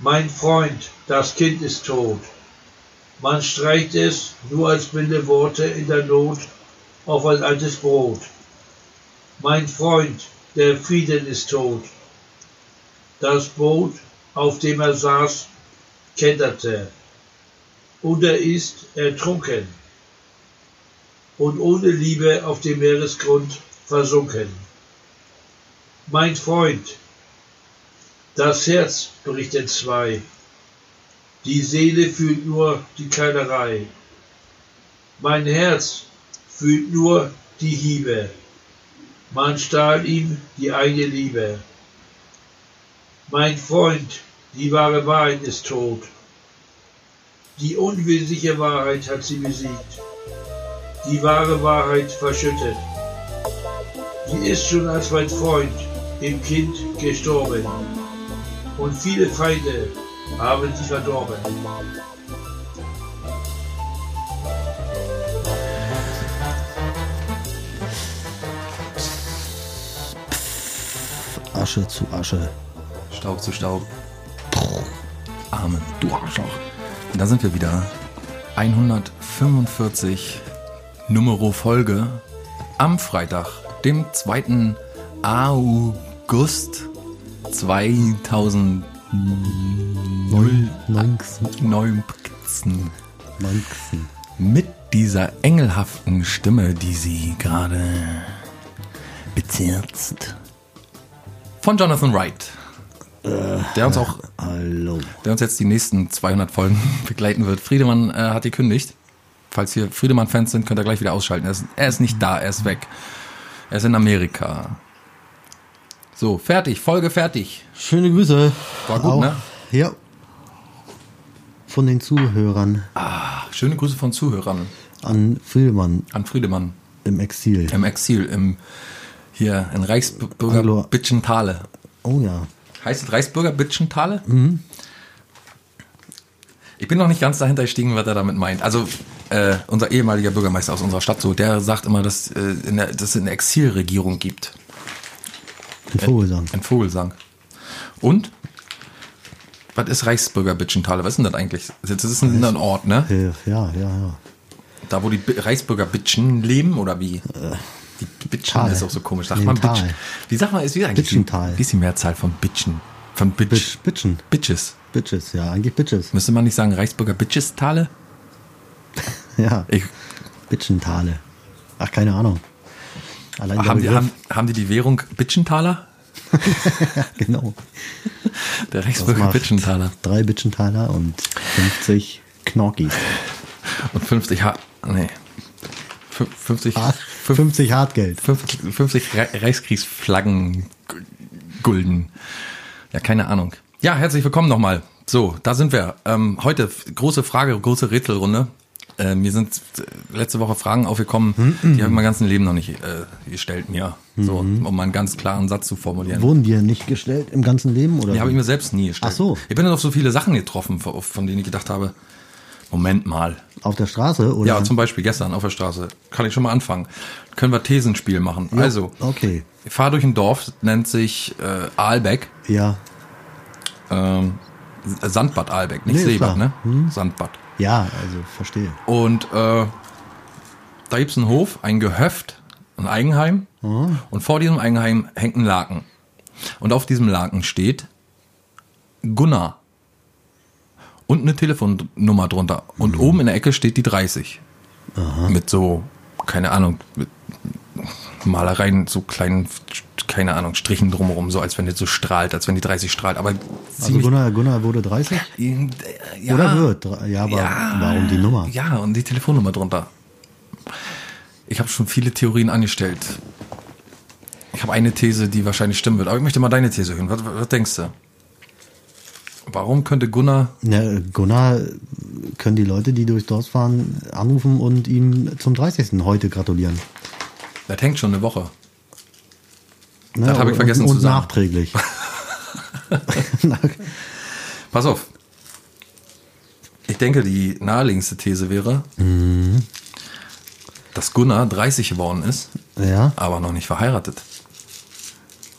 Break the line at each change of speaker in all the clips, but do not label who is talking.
Mein Freund, das Kind ist tot. Man streicht es nur als milde Worte in der Not auf ein altes Brot. Mein Freund, der Frieden ist tot. Das Boot, auf dem er saß, kenterte. Und er ist ertrunken und ohne Liebe auf dem Meeresgrund versunken. Mein Freund, das Herz bricht in zwei. Die Seele fühlt nur die Keilerei. Mein Herz fühlt nur die Hiebe. Man stahl ihm die eine Liebe. Mein Freund, die wahre Wahrheit ist tot. Die unwesentliche Wahrheit hat sie besiegt. Die wahre Wahrheit verschüttet. Sie ist schon als mein Freund im Kind gestorben. Und viele Feinde haben sie verdorben.
Asche zu Asche.
Staub zu Staub.
Amen, du Arschloch.
Und da sind wir wieder. 145 Numero Folge am Freitag, dem 2. August 2019.
Neun, neunxen, neunxen.
Mit dieser engelhaften Stimme, die Sie gerade bezirzt. Von Jonathan Wright. Der uns auch
Hallo.
der uns jetzt die nächsten 200 Folgen begleiten wird. Friedemann äh, hat gekündigt. Falls hier Friedemann-Fans sind, könnt ihr gleich wieder ausschalten. Er ist, er ist nicht da, er ist weg. Er ist in Amerika. So, fertig, Folge fertig.
Schöne Grüße.
War gut, ne?
Ja. Von den Zuhörern
Ach, schöne Grüße von Zuhörern
an Friedemann
an Friedemann
im Exil.
im Exil, im hier in Reichsbürger
Anglo-
Bitschentale.
Oh ja.
Heißt es Reichsbürger Bitschentale? Ich bin noch nicht ganz dahinter gestiegen, was er damit meint. Also äh, unser ehemaliger Bürgermeister aus unserer Stadt, so der sagt immer, dass, äh, in der, dass es eine Exilregierung gibt
Ein Vogelsang.
in Vogelsang. Und was ist Reichsbürger Bitschentale? Was ist denn das eigentlich? Das ist ein, ein Ort, ne?
Hilf, ja, ja, ja.
Da, wo die Bi- Reichsbürger Bitschen leben oder wie? Die Bitschen
Tal.
ist auch so komisch. Sagt
Nee,
man
Tal.
Bitschen? Wie sagt man, ist wie eigentlich?
Bitschental.
Wie ist die Mehrzahl von Bitschen? Von Bitch.
Bitch, Bitchen.
Bitches.
Bitches, ja, eigentlich Bitches.
Müsste man nicht sagen Reichsbürger Bitches-Tale?
Ja.
Ich,
Bitchentale. Ach, keine Ahnung. Allein der
haben, die,
Begriff.
haben, haben die die Währung Bitschentaler?
genau.
Der
Das
Reichsbürger
macht
Bitschentaler.
Drei Bitchentaler und 50 Knorkis.
Und 50 H. Nee. Fün- 50,
Ah, 50 Hartgeld.
50, 50 Re- Reichskriegsflaggen G- Gulden. Ja, keine Ahnung. Ja, herzlich willkommen nochmal. So, da sind wir. Ähm, heute f- große Frage, große Rätselrunde. Äh, mir sind äh, letzte Woche Fragen aufgekommen, die habe ich mein ganzes Leben noch nicht äh, gestellt mir. So,
Mhm.
um mal einen ganz klaren Satz zu formulieren.
Wurden dir nicht gestellt im ganzen Leben? Oder?
Die habe ich mir selbst nie gestellt.
Ach so.
Ich bin auf so viele Sachen getroffen, von von denen ich gedacht habe, Moment mal.
Auf der Straße? Oder?
Ja, zum Beispiel gestern auf der Straße. Kann ich schon mal anfangen. Können wir Thesenspiel machen. Also,
Okay.
ich fahre durch ein Dorf, nennt sich äh, Aalbeck.
Ja.
Ähm, S- Sandbad Aalbeck, nicht
Nee, ist
Seebad,
klar. Mhm.
ne? Sandbad.
Ja, also verstehe.
Und äh, da gibt's einen Hof, ein Gehöft, ein Eigenheim.
Mhm.
Und vor diesem Eigenheim hängt ein Laken. Und auf diesem Laken steht Gunnar. Und eine Telefonnummer drunter.
Mhm.
Und oben in der Ecke steht die 30. Mit so, keine Ahnung, mit Malereien, so kleinen, keine Ahnung, Strichen drumherum, so als wenn das so strahlt, als wenn die 30 strahlt. Aber
Also
ziemlich.
Gunnar, Gunnar wurde 30?
ja,
Oder wird? dr- Ja, aber warum die Nummer?
ja, und die Telefonnummer drunter. Ich habe schon viele Theorien angestellt. Ich habe eine These, die wahrscheinlich stimmen wird. Aber ich möchte mal deine These hören. Was, was, was denkst du? Warum könnte Gunnar...
Na, Ne, Gunnar können die Leute, die durchs Dorf fahren, anrufen und ihm zum 30. heute gratulieren.
Das hängt schon eine Woche.
Ne?
Das habe ich
Und-
vergessen
und,
zu
und
sagen.
nachträglich. Na,
Pass auf. Ich denke, die naheliegendste These wäre, dass Gunnar 30 geworden ist,
ja,
aber noch nicht verheiratet.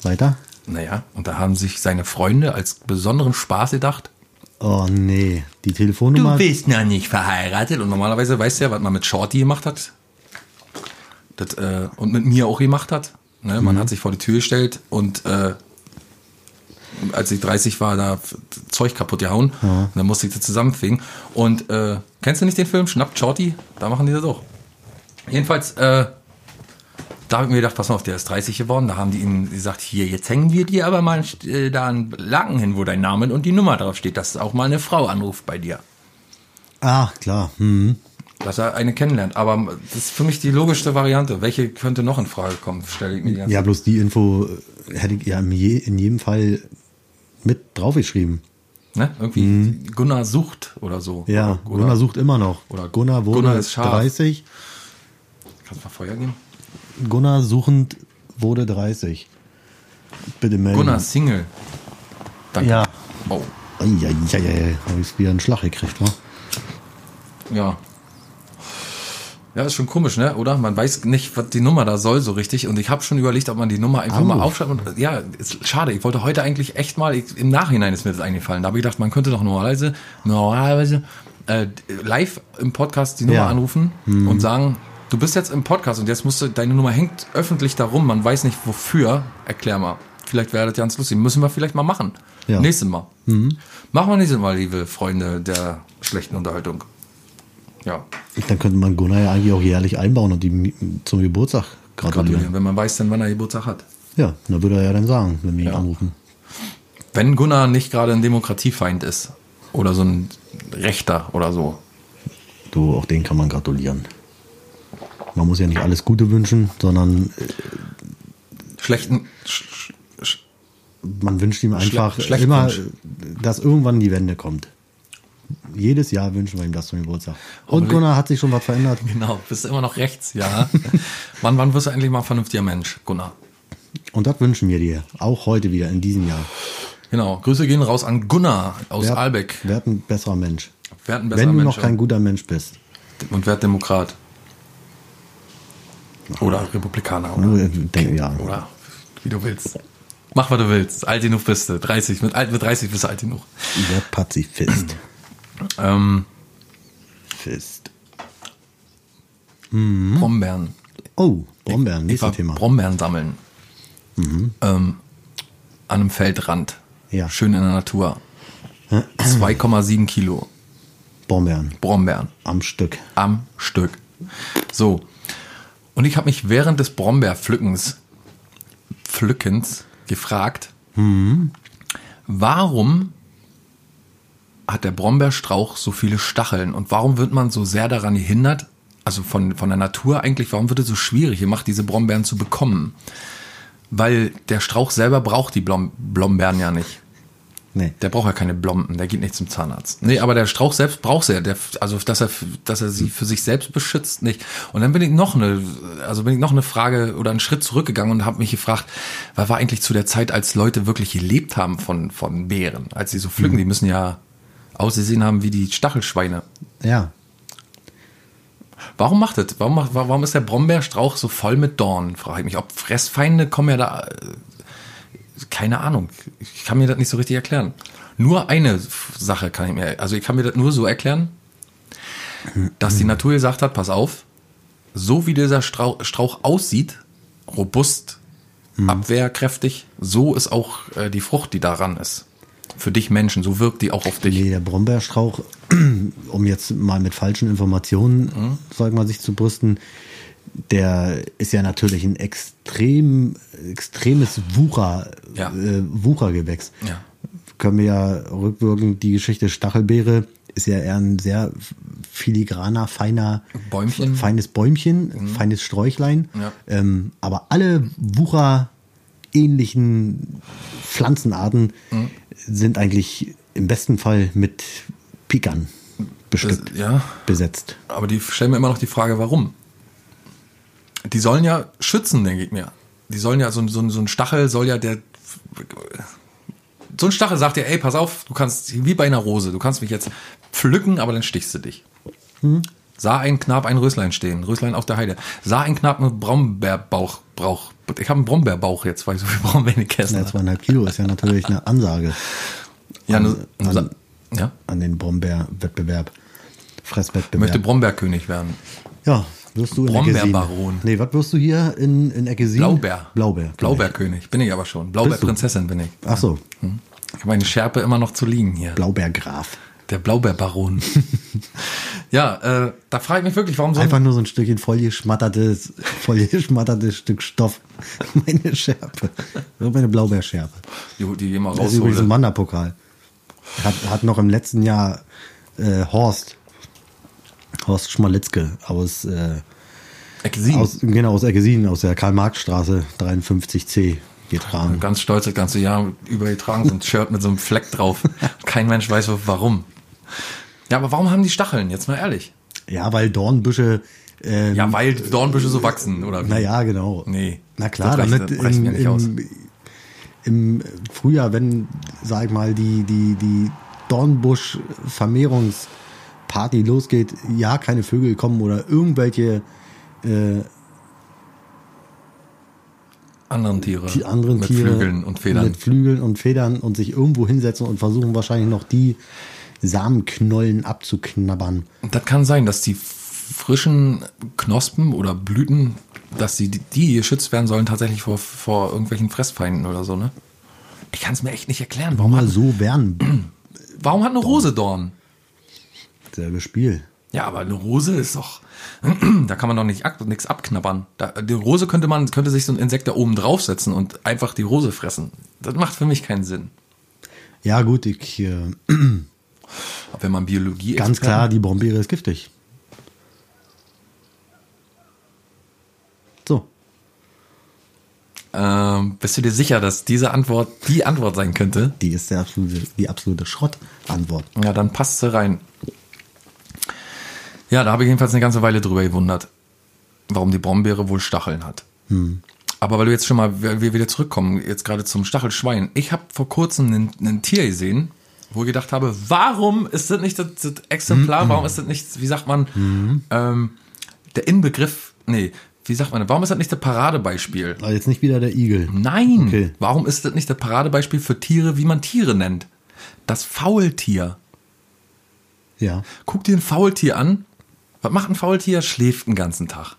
weiter.
Naja, und da haben sich seine Freunde als besonderen Spaß gedacht,
Oh nee, die Telefonnummer.
bist noch nicht verheiratet. Und normalerweise weißt du ja, was man mit Shorty gemacht hat. Das, äh, und mit mir auch gemacht hat. Ne? Man hat sich vor die Tür gestellt und äh, als ich 30 war, da f- Zeug kaputt gehauen. Und dann musste ich das zusammenfegen. Und äh, kennst du nicht den Film? Schnappt Shorty? Da machen die das auch. Jedenfalls, äh, da habe ich mir gedacht, pass mal auf, der ist 30 geworden. Da haben die ihm gesagt, hier, jetzt hängen wir dir aber mal äh, da einen Laken hin, wo dein Name und die Nummer drauf steht, dass auch mal eine Frau anruft bei dir.
Ach klar. Hm.
Dass er eine kennenlernt. Aber das ist für mich die logischste Variante. Welche könnte noch in Frage kommen, stelle ich mir die ganze
Ja, bloß die Info äh, hätte ich ja in je- in jedem Fall mit draufgeschrieben.
Ne? Irgendwie Gunnar sucht oder so.
Mhm. Ja,
oder,
Gunnar sucht immer noch.
oder
Gunnar wurde
Gunnar ist scharf.
30.
Kannst du mal Feuer geben?
Gunnar suchend wurde 30. Bitte melden.
Gunnar Single. Danke.
Mhm. Ja.
Oh,
Eieiei, habe ich wieder einen Schlag gekriegt, wa?
ja. Ja, ist schon komisch, ne? Oder? Man weiß nicht, was die Nummer da soll so richtig. Und ich habe schon überlegt, ob man die Nummer einfach mal
Anruf.
aufschreibt. Und, ja, ist schade. Ich wollte heute eigentlich echt mal, ich, im Nachhinein ist mir das eingefallen. Da habe ich gedacht, man könnte doch normalerweise, normalerweise äh, live im Podcast die Nummer
Ja.
anrufen und sagen, du bist jetzt im Podcast und jetzt musst du, deine Nummer hängt öffentlich darum. Man weiß nicht wofür. Erklär mal. Vielleicht wäre das ganz lustig. Müssen wir vielleicht mal machen.
Ja.
Nächstes Mal. Machen wir nächstes Mal, liebe Freunde der schlechten Unterhaltung. Ja.
Dann könnte man Gunnar ja eigentlich auch jährlich einbauen und ihm zum Geburtstag gratulieren.
Gratulieren, wenn man weiß dann, wann er Geburtstag hat.
Ja, dann würde er ja dann sagen, wenn wir ihn
Ja.
anrufen.
Wenn Gunnar nicht gerade ein Demokratiefeind ist oder so ein Rechter oder so.
Du, auch den kann man gratulieren. Man muss ja nicht alles Gute wünschen, sondern äh,
Schlechten. Sch, sch,
man wünscht ihm einfach
schlecht
immer,
Wunsch.
dass irgendwann die Wende kommt. Jedes Jahr wünschen wir ihm das zum Geburtstag. Und
Hoffentlich-
Gunnar hat sich schon was verändert.
genau, bist immer noch rechts, ja. wann, wann wirst du endlich mal ein vernünftiger Mensch, Gunnar?
Und das wünschen wir dir. Auch heute wieder, in diesem Jahr.
Genau, Grüße gehen raus an Gunnar aus
Werd-
Albeck.
Werd ein besserer Mensch.
Werd ein
Wenn du
Mensch
noch kein guter Mensch bist.
und werd Demokrat. Oder Republikaner, oder?
Nur, denk, ja.
Oder wie du willst. Mach, was du willst. Alt genug bist du. 30. Mit, alt, mit 30 bist du alt genug.
Werd Pazifist.
Ähm,
Fist.
Brombeeren.
Oh, Brombeeren,
Ich
Mhm.
war
nächstes Thema. Mhm.
Brombeeren sammeln. Ähm, an einem Feldrand.
Ja.
Schön in der Natur. 2,7 Kilo
Brombeeren.
Brombeeren
Am Stück.
am Stück. So. Und ich habe mich während des Brombeerpflückens Pflückens gefragt, warum hat der Brombeerstrauch so viele Stacheln und warum wird man so sehr daran gehindert, also von, von der Natur eigentlich, warum wird es so schwierig gemacht, diese Brombeeren zu bekommen? Weil der Strauch selber braucht die Blom Blombeeren ja nicht.
Nee.
Der braucht ja keine Blomben, der geht nicht zum Zahnarzt. Nee, aber der Strauch selbst braucht sie ja. Der, also, dass er, dass er sie für sich selbst beschützt, nicht. Und dann bin ich noch eine, also bin ich noch eine Frage oder einen Schritt zurückgegangen und habe mich gefragt, was war eigentlich zu der Zeit, als Leute wirklich gelebt haben von, von Beeren? Als sie so pflücken, die müssen ja ausgesehen haben wie die Stachelschweine.
Ja.
Warum macht das? Warum, macht, warum ist der Brombeerstrauch so voll mit Dornen, frage ich mich. Ob Fressfeinde kommen ja da. äh, Keine Ahnung. Ich kann mir das nicht so richtig erklären. Nur eine F- Sache kann ich mir. Also, ich kann mir das nur so erklären, dass die Natur gesagt hat: Pass auf, so wie dieser Strauch, Strauch aussieht, robust, abwehrkräftig, so ist auch äh, die Frucht, die daran ist. Für dich Menschen, so wirkt die auch auf dich.
Nee, der Brombeerstrauch, um jetzt mal mit falschen Informationen,
Mhm.
sag mal, sich zu brüsten, der ist ja natürlich ein extrem, extremes Wucher,
Ja.
äh, Wuchergewächs.
Ja.
Können wir ja rückwirkend die Geschichte Stachelbeere ist ja eher ein sehr filigraner, feiner
Bäumchen.
feines Bäumchen, feines Sträuchlein.
Mhm. Ja.
Ähm, aber alle Wucher ähnlichen Pflanzenarten
Mhm.
sind eigentlich im besten Fall mit Pikern bestückt,
Ja.
besetzt.
Aber die stellen mir immer noch die Frage, warum? Die sollen ja schützen, denke ich mir. Die sollen ja, so, ein- so, ein- so ein Stachel soll ja der. So ein Stachel sagt dir, ey, pass auf, du kannst, wie bei einer Rose, du kannst mich jetzt pflücken, aber dann stichst du dich.
Hm.
Sah ein Knab ein Röslein stehen, Röslein auf der Heide. Sah ein Knab einen Brombeerbauch, Brauch. Ich habe einen Brombeerbauch jetzt, weil ich so viel Brombeeren gegessen
Ja,
habe.
zweieinhalb Kilo ist ja natürlich eine Ansage.
Ja,
an-
ne,
an-
sa- ja.
an den Brombeerwettbewerb.
Ich möchte
Fresswettbewerb.
Brombeerkönig werden.
ja, wirst du in Eggesin.
Brombeerbaron.
Nee, was wirst du hier in, in Eggesin?
Blaubeer. Hm.
Blaubeer.
Blaubeerkönig bin ich aber schon. Blaubeerprinzessin bin ich.
Ach so,
Ich habe meine Schärpe immer noch zu liegen hier.
Blaubeergraf.
Der Blaubeerbaron. ja, äh, da frage ich mich wirklich, warum so ein
Einfach nur so ein Stückchen vollgeschmattertes, vollgeschmattertes Stück Stoff. Meine Schärpe. Meine Blaubeerschärpe.
Jo, die immer
Das ist übrigens
raushole.
ein Wanderpokal. Hat, hat noch im letzten Jahr äh, Horst, Horst Schmalitzke aus, äh,
Exil.
aus, genau, aus Eggesin, aus der Karl-Marx-Straße 53c getragen.
Ganz stolz das ganze Jahr übergetragen, so ein Shirt mit so einem Fleck drauf. Kein Mensch weiß warum. Ja, aber warum haben die Stacheln? Jetzt mal ehrlich.
Ja, weil Dornbüsche, äh,
Ja, weil Dornbüsche so wachsen, oder? wie?
naja, genau.
Nee.
Na klar,
das reicht,
damit
das reicht
im,
mir nicht aus.
im, im Frühjahr, wenn, sag ich mal, die, die, die Dornbusch-Vermehrungsparty losgeht, ja, keine Vögel kommen oder irgendwelche
Anderen Tiere.
die anderen
mit
Tiere
Flügeln und Federn.
mit Flügeln und Federn und sich irgendwo hinsetzen und versuchen wahrscheinlich noch die Samenknollen abzuknabbern.
Und das kann sein, dass die frischen Knospen oder Blüten, dass die, die geschützt werden sollen, tatsächlich vor, vor irgendwelchen Fressfeinden oder so, ne? Ich kann es mir echt nicht erklären. Warum
Mal
hat,
so werden.
warum hat eine Rose Dorn?
Selbe Spiel.
Ja, aber eine Rose ist doch. da kann man doch nicht ab, nichts abknabbern. Da, die Rose könnte man, könnte sich so ein Insekt da oben draufsetzen und einfach die Rose fressen. Das macht für mich keinen Sinn.
Ja gut, ich, äh,
Aber wenn man Biologie
ganz klar, die Brombeere ist giftig. So,
ähm, bist du dir sicher, dass diese Antwort die Antwort sein könnte?
die ist der absolute, die absolute Schrottantwort.
Ja, dann passt sie rein. Ja, da habe ich jedenfalls eine ganze Weile drüber gewundert, warum die Brombeere wohl Stacheln hat. Aber weil du jetzt schon mal, weil wir wieder zurückkommen, jetzt gerade zum Stachelschwein. Ich habe vor kurzem ein, ein Tier gesehen, wo ich gedacht habe, warum ist das nicht das, das Exemplar, warum ist das nicht, wie sagt man, ähm, der Inbegriff, nee, wie sagt man, warum ist das nicht das Paradebeispiel?
Aber jetzt nicht wieder der Igel.
Nein.
Okay.
Warum ist das nicht das Paradebeispiel für Tiere, wie man Tiere nennt? Das Faultier.
Ja,
Guck dir ein Faultier an. Was macht ein Faultier? Schläft den ganzen Tag.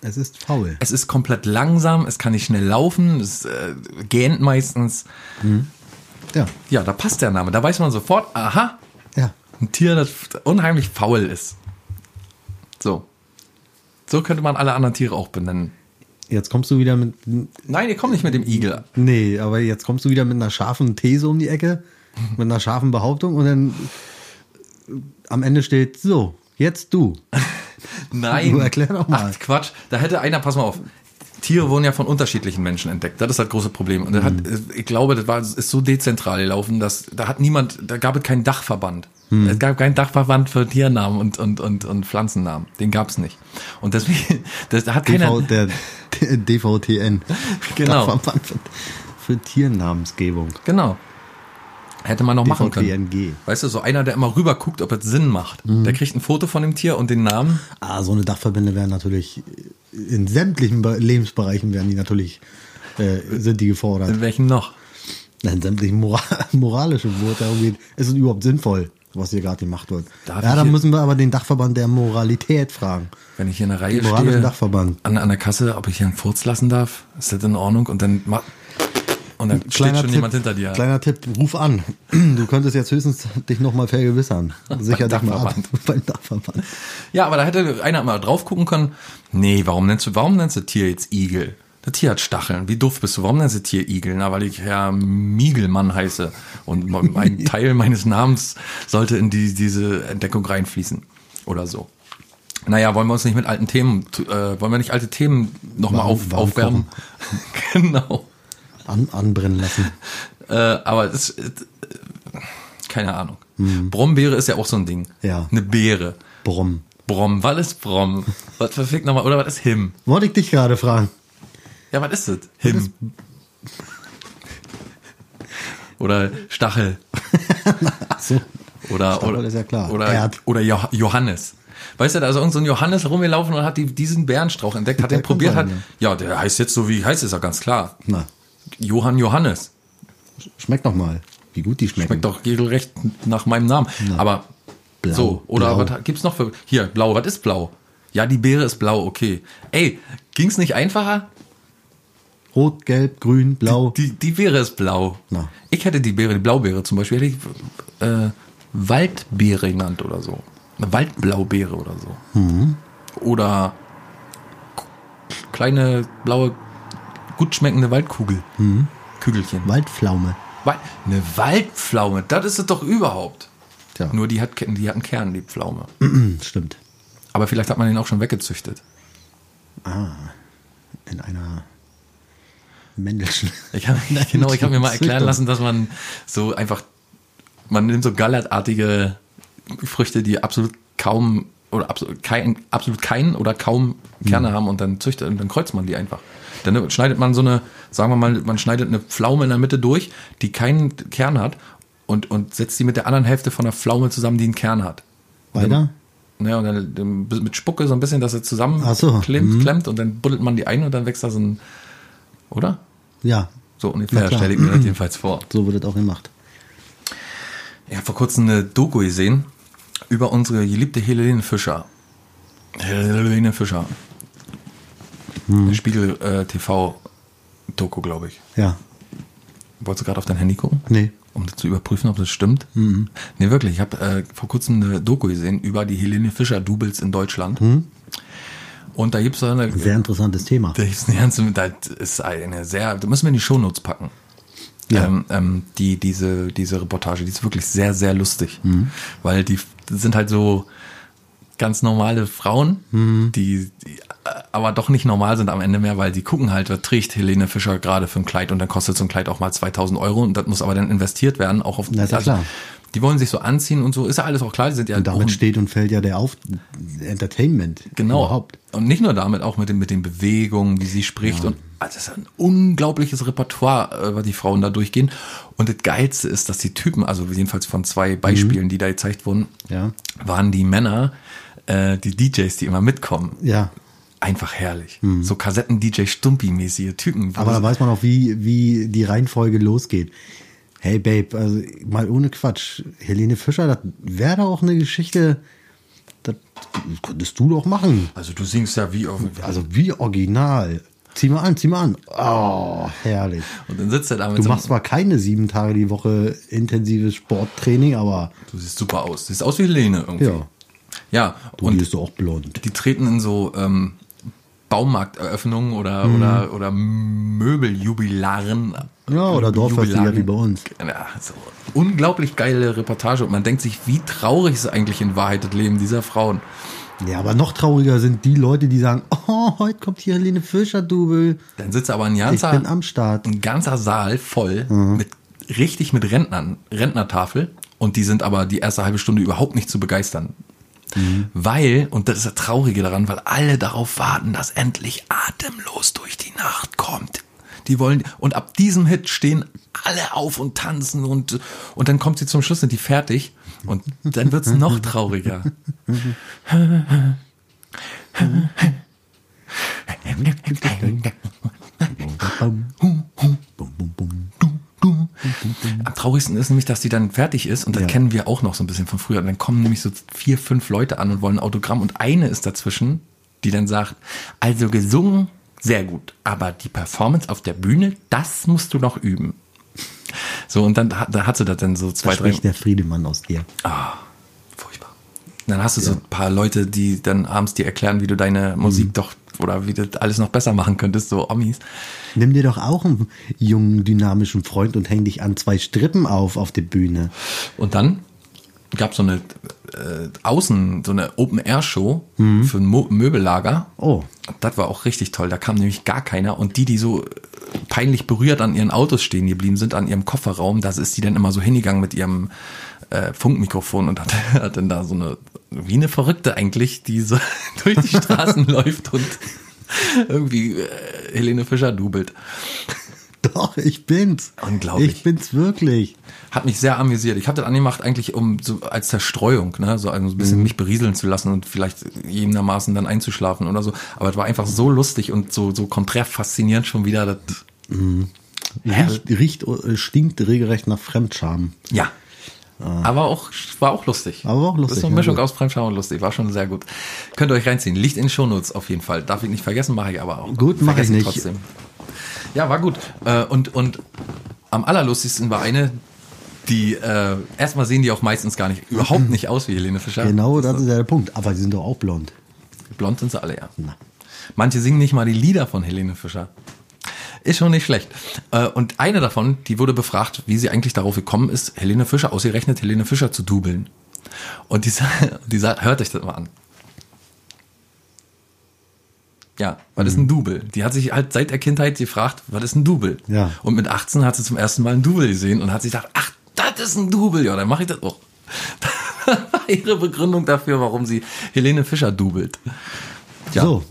es ist faul.
Es ist komplett langsam, es kann nicht schnell laufen, es äh, gähnt meistens. Äh.
Ja,
Ja, da passt der Name. Da weiß man sofort, aha,
ja.
ein Tier, das unheimlich faul ist. So. So könnte man alle anderen Tiere auch benennen.
Jetzt kommst du wieder mit
Nein, ihr kommt nicht mit dem Igel.
Nee, aber jetzt kommst du wieder mit einer scharfen These um die Ecke, mit einer scharfen Behauptung und dann äh, am Ende steht so, jetzt du.
Nein.
Du erklär doch mal.
Ach, Quatsch. Da hätte einer, pass mal auf. Tiere wurden ja von unterschiedlichen Menschen entdeckt. Das ist das große Problem. Und das hat,
Hm.
äh, ich glaube, das war, ist so dezentral gelaufen, dass da hat niemand, da gab es keinen Dachverband.
Hm.
Es gab keinen Dachverband für Tiernamen und, und, und, und Pflanzennamen. Den gab es nicht. Und deswegen, das, da hat
DV,
keiner,
der, der DVTN.
Genau.
Der Verband für, für Tiernamensgebung.
genau. Hätte man noch machen können.
DVTNG.
Weißt du, so einer, der immer rüber guckt, ob es Sinn macht.
Hm.
Der kriegt ein Foto von dem Tier und den Namen.
Ah, so eine Dachverbände werden natürlich äh, in sämtlichen Be- Lebensbereichen werden die natürlich äh, sind die gefordert.
In welchen noch?
Nein, sämtliche Moral, moralische Worte umgeht. Ist es überhaupt sinnvoll, was hier gerade gemacht wird?
Darf
ja,
ich
da
hier-
müssen wir aber den Dachverband der Moralität fragen.
Wenn ich hier in der Reihe
Moralischen
stehe,
Dachverband.
An, an der Kasse, ob ich hier einen Furz lassen darf, ist das in Ordnung? Und dann ma- und dann steht schon
Tipp,
jemand hinter dir.
Kleiner Tipp, ruf an. Du könntest jetzt höchstens dich nochmal vergewissern. Sicher dich mal ab. Beim Dachverband.
Ja, aber da hätte einer mal drauf gucken können. Nee, warum nennst du, warum nennst du Tier jetzt Igel? Das Tier hat Stacheln. Wie doof bist du? Warum nennst du Tier Igel? Na, weil ich Herr Miegelmann heiße. Und mo- ein Teil meines Namens sollte in die, diese Entdeckung reinfließen. Oder so. Naja, wollen wir uns nicht mit alten Themen, äh, wollen wir nicht alte Themen nochmal
Warm-
auf,
warm
aufwärmen? genau.
An, anbrennen lassen.
Äh, aber das, äh, keine Ahnung. Brombeere ist ja auch so ein Ding.
Hm. Ja.
Eine Beere.
Brumm.
Brom, was ist Brom? Was verfickt nochmal? Oder was ist Him?
Wollte ich dich gerade fragen.
Ja, was ist das? Him. Oder Stachel.
Achso.
Oder,
Stachel
oder,
ist ja klar.
Oder,
Erd.
oder Jo- Johannes. Weißt du, da ist irgend so ein Johannes rumgelaufen und hat die, diesen Bärenstrauch entdeckt, hat
Der
den probiert, hat,
kommt rein,
ja, der heißt jetzt so, wie heißt ist ja ganz klar.
Na,
Johann Johannes.
schmeckt nochmal. Wie gut die schmecken.
Schmeckt doch regelrecht nach meinem Namen. Aber
Blau,
so, oder
blau.
was gibt's noch für. Hier, blau, was ist blau? Ja, die Beere ist blau, okay. Ey, ging's nicht einfacher?
Rot, gelb, grün, blau.
Die, die Beere ist blau.
Na.
Ich hätte die Beere, die Blaubeere zum Beispiel, hätte ich äh, Waldbeere genannt oder so. Eine Waldblaubeere oder so.
Mhm.
Oder k- kleine blaue, gut schmeckende Waldkugel.
Mhm.
Kügelchen.
Waldpflaume.
Wa- Eine Waldpflaume, das ist es doch überhaupt.
Tja.
Nur die hat, ke- die hat einen Kern, die Pflaume.
Hm, Stimmt.
Aber vielleicht hat man den auch schon weggezüchtet.
In einer Mendelschen.
Ich hab, genau, ich habe mir mal erklären
Züchtung.
lassen, dass man so einfach, man nimmt so gallertartige Früchte, die absolut kaum oder absolut kein, absolut keinen oder kaum Kerne haben und dann züchtet und dann kreuzt man die einfach. Dann schneidet man so eine, sagen wir mal, man schneidet eine Pflaume in der Mitte durch, die keinen Kern hat und, und setzt die mit der anderen Hälfte von der Pflaume zusammen, die einen Kern hat.
Weiter?
Ja, und dann ähm, mit Spucke so ein bisschen, dass er zusammen
Ach so,
klemmt,
mhm.
klemmt und dann buddelt man die ein und dann wächst da so ein. Oder?
Ja,
So
Na
ungefähr
klar.
stelle ich mir das jedenfalls vor.
so wird das auch gemacht.
Ich habe vor kurzem eine Doku gesehen über unsere geliebte Helene Fischer. Helene Fischer.
Hm.
Eine Spiegel äh, TV-Doku, glaube ich.
Ja.
Wolltest du gerade auf dein Handy gucken?
Nee. Mhm.
Um das zu überprüfen, ob das stimmt? Nee, wirklich. Ich habe äh, vor kurzem eine Doku gesehen über die Helene Fischer-Doubles in Deutschland.
Hm.
Und da gibt es eine
Sehr interessantes Thema.
Da gibt's eine ganze, das ist eine sehr, da müssen wir in die Shownotes packen.
Ja.
Ähm, ähm, die, diese, diese Reportage, die ist wirklich sehr, sehr lustig.
Mhm.
Weil die f- sind halt so ganz normale Frauen,
Mhm.
die, die äh, aber doch nicht normal sind am Ende mehr, weil die gucken halt, was trägt Helene Fischer gerade für ein Kleid und dann kostet so ein Kleid auch mal 2000 Euro und das muss aber dann investiert werden, auch auf also
Na, ist ja klar.
Die wollen sich so anziehen und so, ist ja alles auch klar, die sind ja
Und
auch ein-
damit steht und fällt ja der Auf Entertainment.
Genau.
Überhaupt.
Und nicht nur damit, auch mit den, mit den Bewegungen, wie sie spricht. Und also das ist ein unglaubliches Repertoire, äh, was die Frauen da durchgehen. Und das Geilste ist, dass die Typen, also jedenfalls von zwei Beispielen, die da gezeigt wurden,
Mhm. Ja.
waren die Männer, äh, die DJs, die immer mitkommen.
Ja.
Einfach herrlich. So Kassetten-DJ-Stumpi-mäßige Typen.
Mhm. Aber da weiß man auch, wie, wie die Reihenfolge losgeht. Hey Babe, also mal ohne Quatsch. Helene Fischer, das wäre doch auch eine Geschichte. Das könntest du doch machen.
also du singst ja wie auf...
Also wie original. Zieh mal an, zieh mal an. Oh, herrlich.
Und dann sitzt er da mit
Du
so einem-
machst zwar keine sieben Tage die Woche intensives Sporttraining, aber
Du siehst super aus. Du siehst aus wie Helene irgendwie.
Ja.
Ja.
du
und
bist doch auch blond.
die treten in so ähm, Baumarkteröffnungen oder,
Mhm.
oder, oder Möbeljubilaren.
Ja,
Äh,
oder Dorffeste,
Jubilaren.
ja, wie bei uns.
Ja, so unglaublich geile Reportage und man denkt sich, wie traurig ist eigentlich in Wahrheit das Leben dieser Frauen.
Ja, aber noch trauriger sind die Leute, die sagen, oh, heute kommt hier Helene Fischer-Double.
Dann sitzt aber ein
Ich
ganzer,
bin am Start.
ein ganzer Saal voll mit richtig mit Rentnern, Rentnertafel und die sind aber die erste halbe Stunde überhaupt nicht zu begeistern. Weil, und das ist das Traurige daran, weil alle darauf warten, dass endlich atemlos durch die Nacht kommt. Die wollen, und ab diesem Hit stehen alle auf und tanzen und, und dann kommt sie zum Schluss, sind die fertig und dann wird's noch trauriger.
Bum, bum, bum, bum.
Am traurigsten ist nämlich, dass die dann fertig ist und das
Ja.
kennen wir auch noch so ein bisschen von früher. Und dann kommen nämlich so vier, fünf Leute an und wollen ein Autogramm und eine ist dazwischen, die dann sagt, also gesungen, sehr gut, aber die Performance auf der Bühne, das musst du noch üben. So, und dann, hat- da hat sie das dann so
Da
zwei, drei Ah,
spricht der Friedemann aus dir.
Furchtbar. Dann hast du so ein paar Leute, die dann abends dir erklären, wie du deine Musik
Mhm.
doch oder wie du das alles noch besser machen könntest, so Omis.
Nimm dir doch auch einen jungen, dynamischen Freund und häng dich an zwei Strippen auf auf der Bühne.
Und dann gab es so eine äh, Außen, so eine Open-Air-Show für ein Mo Möbellager.
Oh.
Das war auch richtig toll. Da kam nämlich gar keiner. Und die, die so äh, peinlich berührt an ihren Autos stehen geblieben sind, an ihrem Kofferraum, das ist die dann immer so hingegangen mit ihrem äh, Funkmikrofon und hat, hat dann da so eine, wie eine Verrückte eigentlich, die so durch die Straßen läuft und irgendwie äh, Helene Fischer dubelt.
Doch, ich bin's.
Unglaublich.
Ich bin's wirklich.
Hat mich sehr amüsiert. Ich habe das angemacht eigentlich um so als Zerstreuung, ne, so ein bisschen
Mhm.
mich berieseln zu lassen und vielleicht jenermaßen dann einzuschlafen oder so. Aber es war einfach so lustig und so so konträr faszinierend schon wieder. Das
Riecht, riecht, äh, stinkt regelrecht nach Fremdscham.
Ja. Aber auch, war auch lustig.
Ah. Aber war auch lustig,
Das ist so eine
ja,
Mischung
gut.
aus Fremdscham und lustig. War schon sehr gut. Könnt ihr euch reinziehen. Liegt in den Shownotes auf jeden Fall. Darf ich nicht vergessen, mache ich aber auch.
Gut, mach ich
Vergessen
nicht.
Ja, war gut. Äh, Und, und am allerlustigsten war eine, die, äh, erstmal sehen die auch meistens gar nicht, überhaupt nicht aus wie Helene Fischer.
Genau, das ist ja der Punkt. Aber sie sind doch auch blond.
Blond sind sie alle, ja.
Na.
Manche singen nicht mal die Lieder von Helene Fischer. Ist schon nicht schlecht. Äh, Und eine davon, die wurde befragt, wie sie eigentlich darauf gekommen ist, Helene Fischer, ausgerechnet Helene Fischer zu dubeln. Und die, sa- die sa- hört euch das mal an. Ja, was ist ein Double? Die hat sich halt seit der Kindheit gefragt, was ist ein Double?
Ja.
Und mit 18 hat sie zum ersten Mal ein Double gesehen und hat sich gedacht, ach, das ist ein Double, ja, dann mache ich das auch. Das war ihre Begründung dafür, warum sie Helene Fischer dubelt. Ja.
So,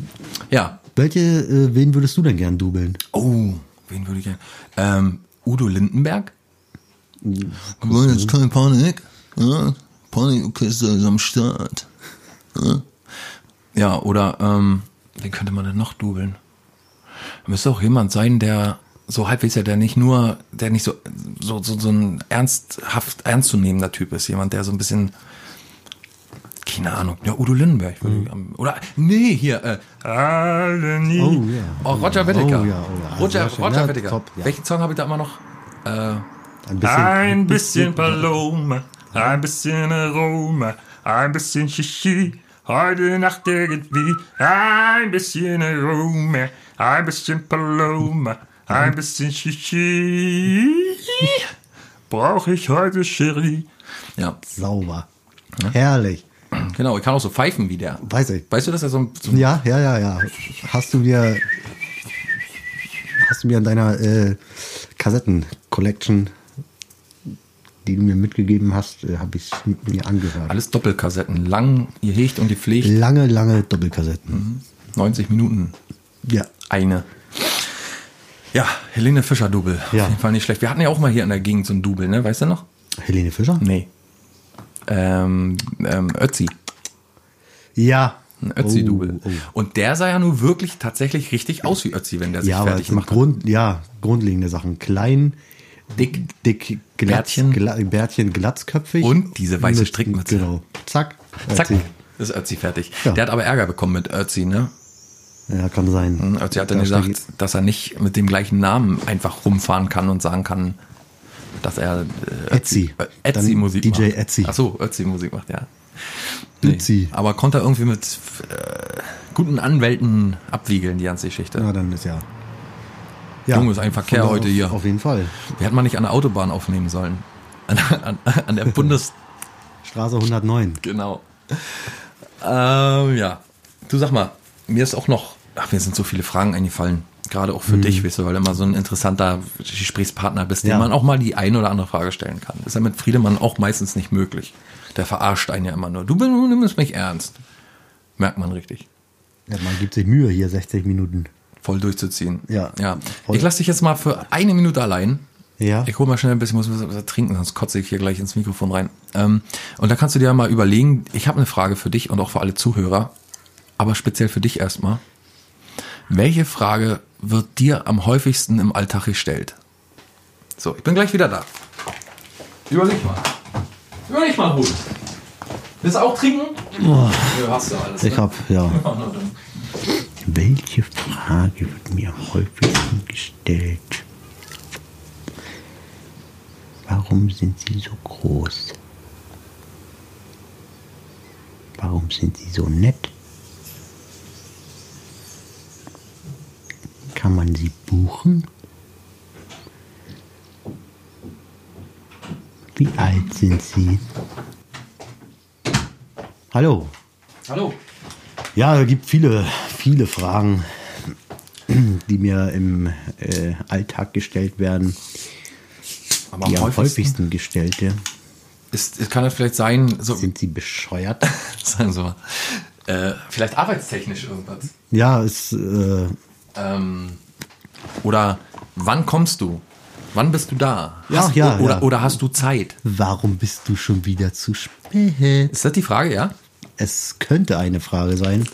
Ja.
welche, äh, wen würdest du denn gern dubeln?
Oh, wen würde ich gerne? Ähm, Udo Lindenberg? Wir wollen jetzt keine Panik. Ja? Panikorchester ist am Start. Ja, ja oder ähm, wen könnte man denn noch dubeln? Da müsste auch jemand sein, der so halbwegs ja, der nicht nur, der nicht so, so, so, so ein ernsthaft, ernstzunehmender Typ ist. Jemand, der so ein bisschen, keine Ahnung, ja, Udo Lindenberg.
Mhm.
würde ich am- Oder, nee, hier, äh, alle nie.
Oh, ja.
oh, Roger Whittaker.
Oh, ja, oh, ja. Sehr
Roger,
schön.
Roger
Ja,
Whittaker.
top, ja.
Welchen Song habe ich da immer noch? Äh,
Ein bisschen.
Ein bisschen Paloma, ein bisschen Aroma, ein bisschen Shishi. Heute Nacht irgendwie ein bisschen Aroma, ein bisschen Paloma, ein bisschen Shishi. Brauche ich heute Sherry?
ja,
Sauber. Herrlich.
genau. Ich kann auch so pfeifen wie der.
Weiß ich.
Weißt du, dass er so ein... So ein
Ja, ja, ja, ja. Hast du mir, hast du mir an deiner äh, Kassetten-Collection, die du mir mitgegeben hast, äh, habe ich mir angehört.
alles Doppelkassetten. Lang gehegt und gepflegt.
Lange, lange
Mhm.
Doppelkassetten.
90 Minuten.
Ja.
Eine. Ja, Helene Fischer-Double.
Ja.
Auf jeden Fall nicht schlecht. Wir hatten ja auch mal hier in der Gegend so ein Double, ne? Weißt du noch?
Helene Fischer?
Nee. Ähm, ähm, Ötzi.
Ja.
Ein Ötzi-Double.
Oh,
Also
oh.
Und der sah ja nun wirklich tatsächlich richtig aus wie Ötzi, wenn der sich
Ja, aber es
fertig
sind
macht.
Grund, ja, grundlegende Sachen. Klein,
Dick.
dick, glatz,
Bärtchen.
gla, Bärtchen glatzköpfig.
Und diese weiße
Mit-
Strickmütze.
Genau. Zack.
Zack.
Ötzi.
Ist Ötzi fertig.
Ja.
Der hat aber Ärger bekommen mit Ötzi, ne?
Ja, kann sein.
Ötzi Hm, also hat dann
Da
gesagt,
steht-
dass er nicht mit dem gleichen Namen einfach rumfahren kann und sagen kann, dass er äh,
Ötzi.
Ötzi
Dann
Musik
DJ
macht.
Ötzi.
Ach so, Ötzi Musik macht, ja. Nee.
Ötzi.
Aber konnte er irgendwie mit äh, guten Anwälten abwiegeln, die ganze Geschichte.
Na, dann ist ja. ja.
Junge, ist ein Verkehr
Von-
heute
auf,
hier.
Auf jeden Fall.
Wir hätten mal nicht an der Autobahn aufnehmen sollen. An, an, an der Bundes...
Straße 109.
genau. Ähm, ja. Du sag mal, mir ist auch noch... Ach, mir sind so viele Fragen eingefallen. Gerade auch für dich, weißt du, weil du immer so ein interessanter Gesprächspartner bist, dem
Mhm. Ja.
man auch mal die eine oder andere Frage stellen kann. Ist ja mit Friedemann auch meistens nicht möglich. Der verarscht einen ja immer nur. Du, bist- du nimmst mich ernst. Merkt man richtig.
Ja, man gibt sich Mühe hier, 60 Minuten.
Voll durchzuziehen.
Ja.
ja.
Voll.
Ich lasse dich jetzt mal für eine Minute allein.
Ja.
Ich hol mal schnell ein bisschen, muss ein bisschen was trinken, sonst kotze ich hier gleich ins Mikrofon rein. Ähm, und da kannst du dir mal überlegen, ich habe eine Frage für dich und auch für alle Zuhörer, aber speziell für dich erstmal. Welche Frage wird dir am häufigsten im Alltag gestellt? So, ich bin gleich wieder da. Überleg mal. Überleg mal, Hut. Willst du auch trinken? Ja, hast du alles.
Ich
ne?
hab, ja. Welche Frage wird mir am häufigsten gestellt? Warum sind sie so groß? Warum sind sie so nett? Kann man sie buchen? Wie alt sind sie? Hallo.
Hallo.
Ja, es gibt viele, viele Fragen, die mir im äh, Alltag gestellt werden,
Aber
die am häufigsten gestellte.
Ist, ist, kann das vielleicht sein, so,
Sind sie bescheuert?
sagen Sie mal, äh, vielleicht arbeitstechnisch irgendwas?
ja, es, äh,
Ähm, oder wann kommst du? Wann bist du da?
Ja,
Hast,
ja,
oder,
ja.
oder hast du Zeit?
warum bist du schon wieder zu spät?
Ist das die Frage, ja?
Es könnte eine Frage sein,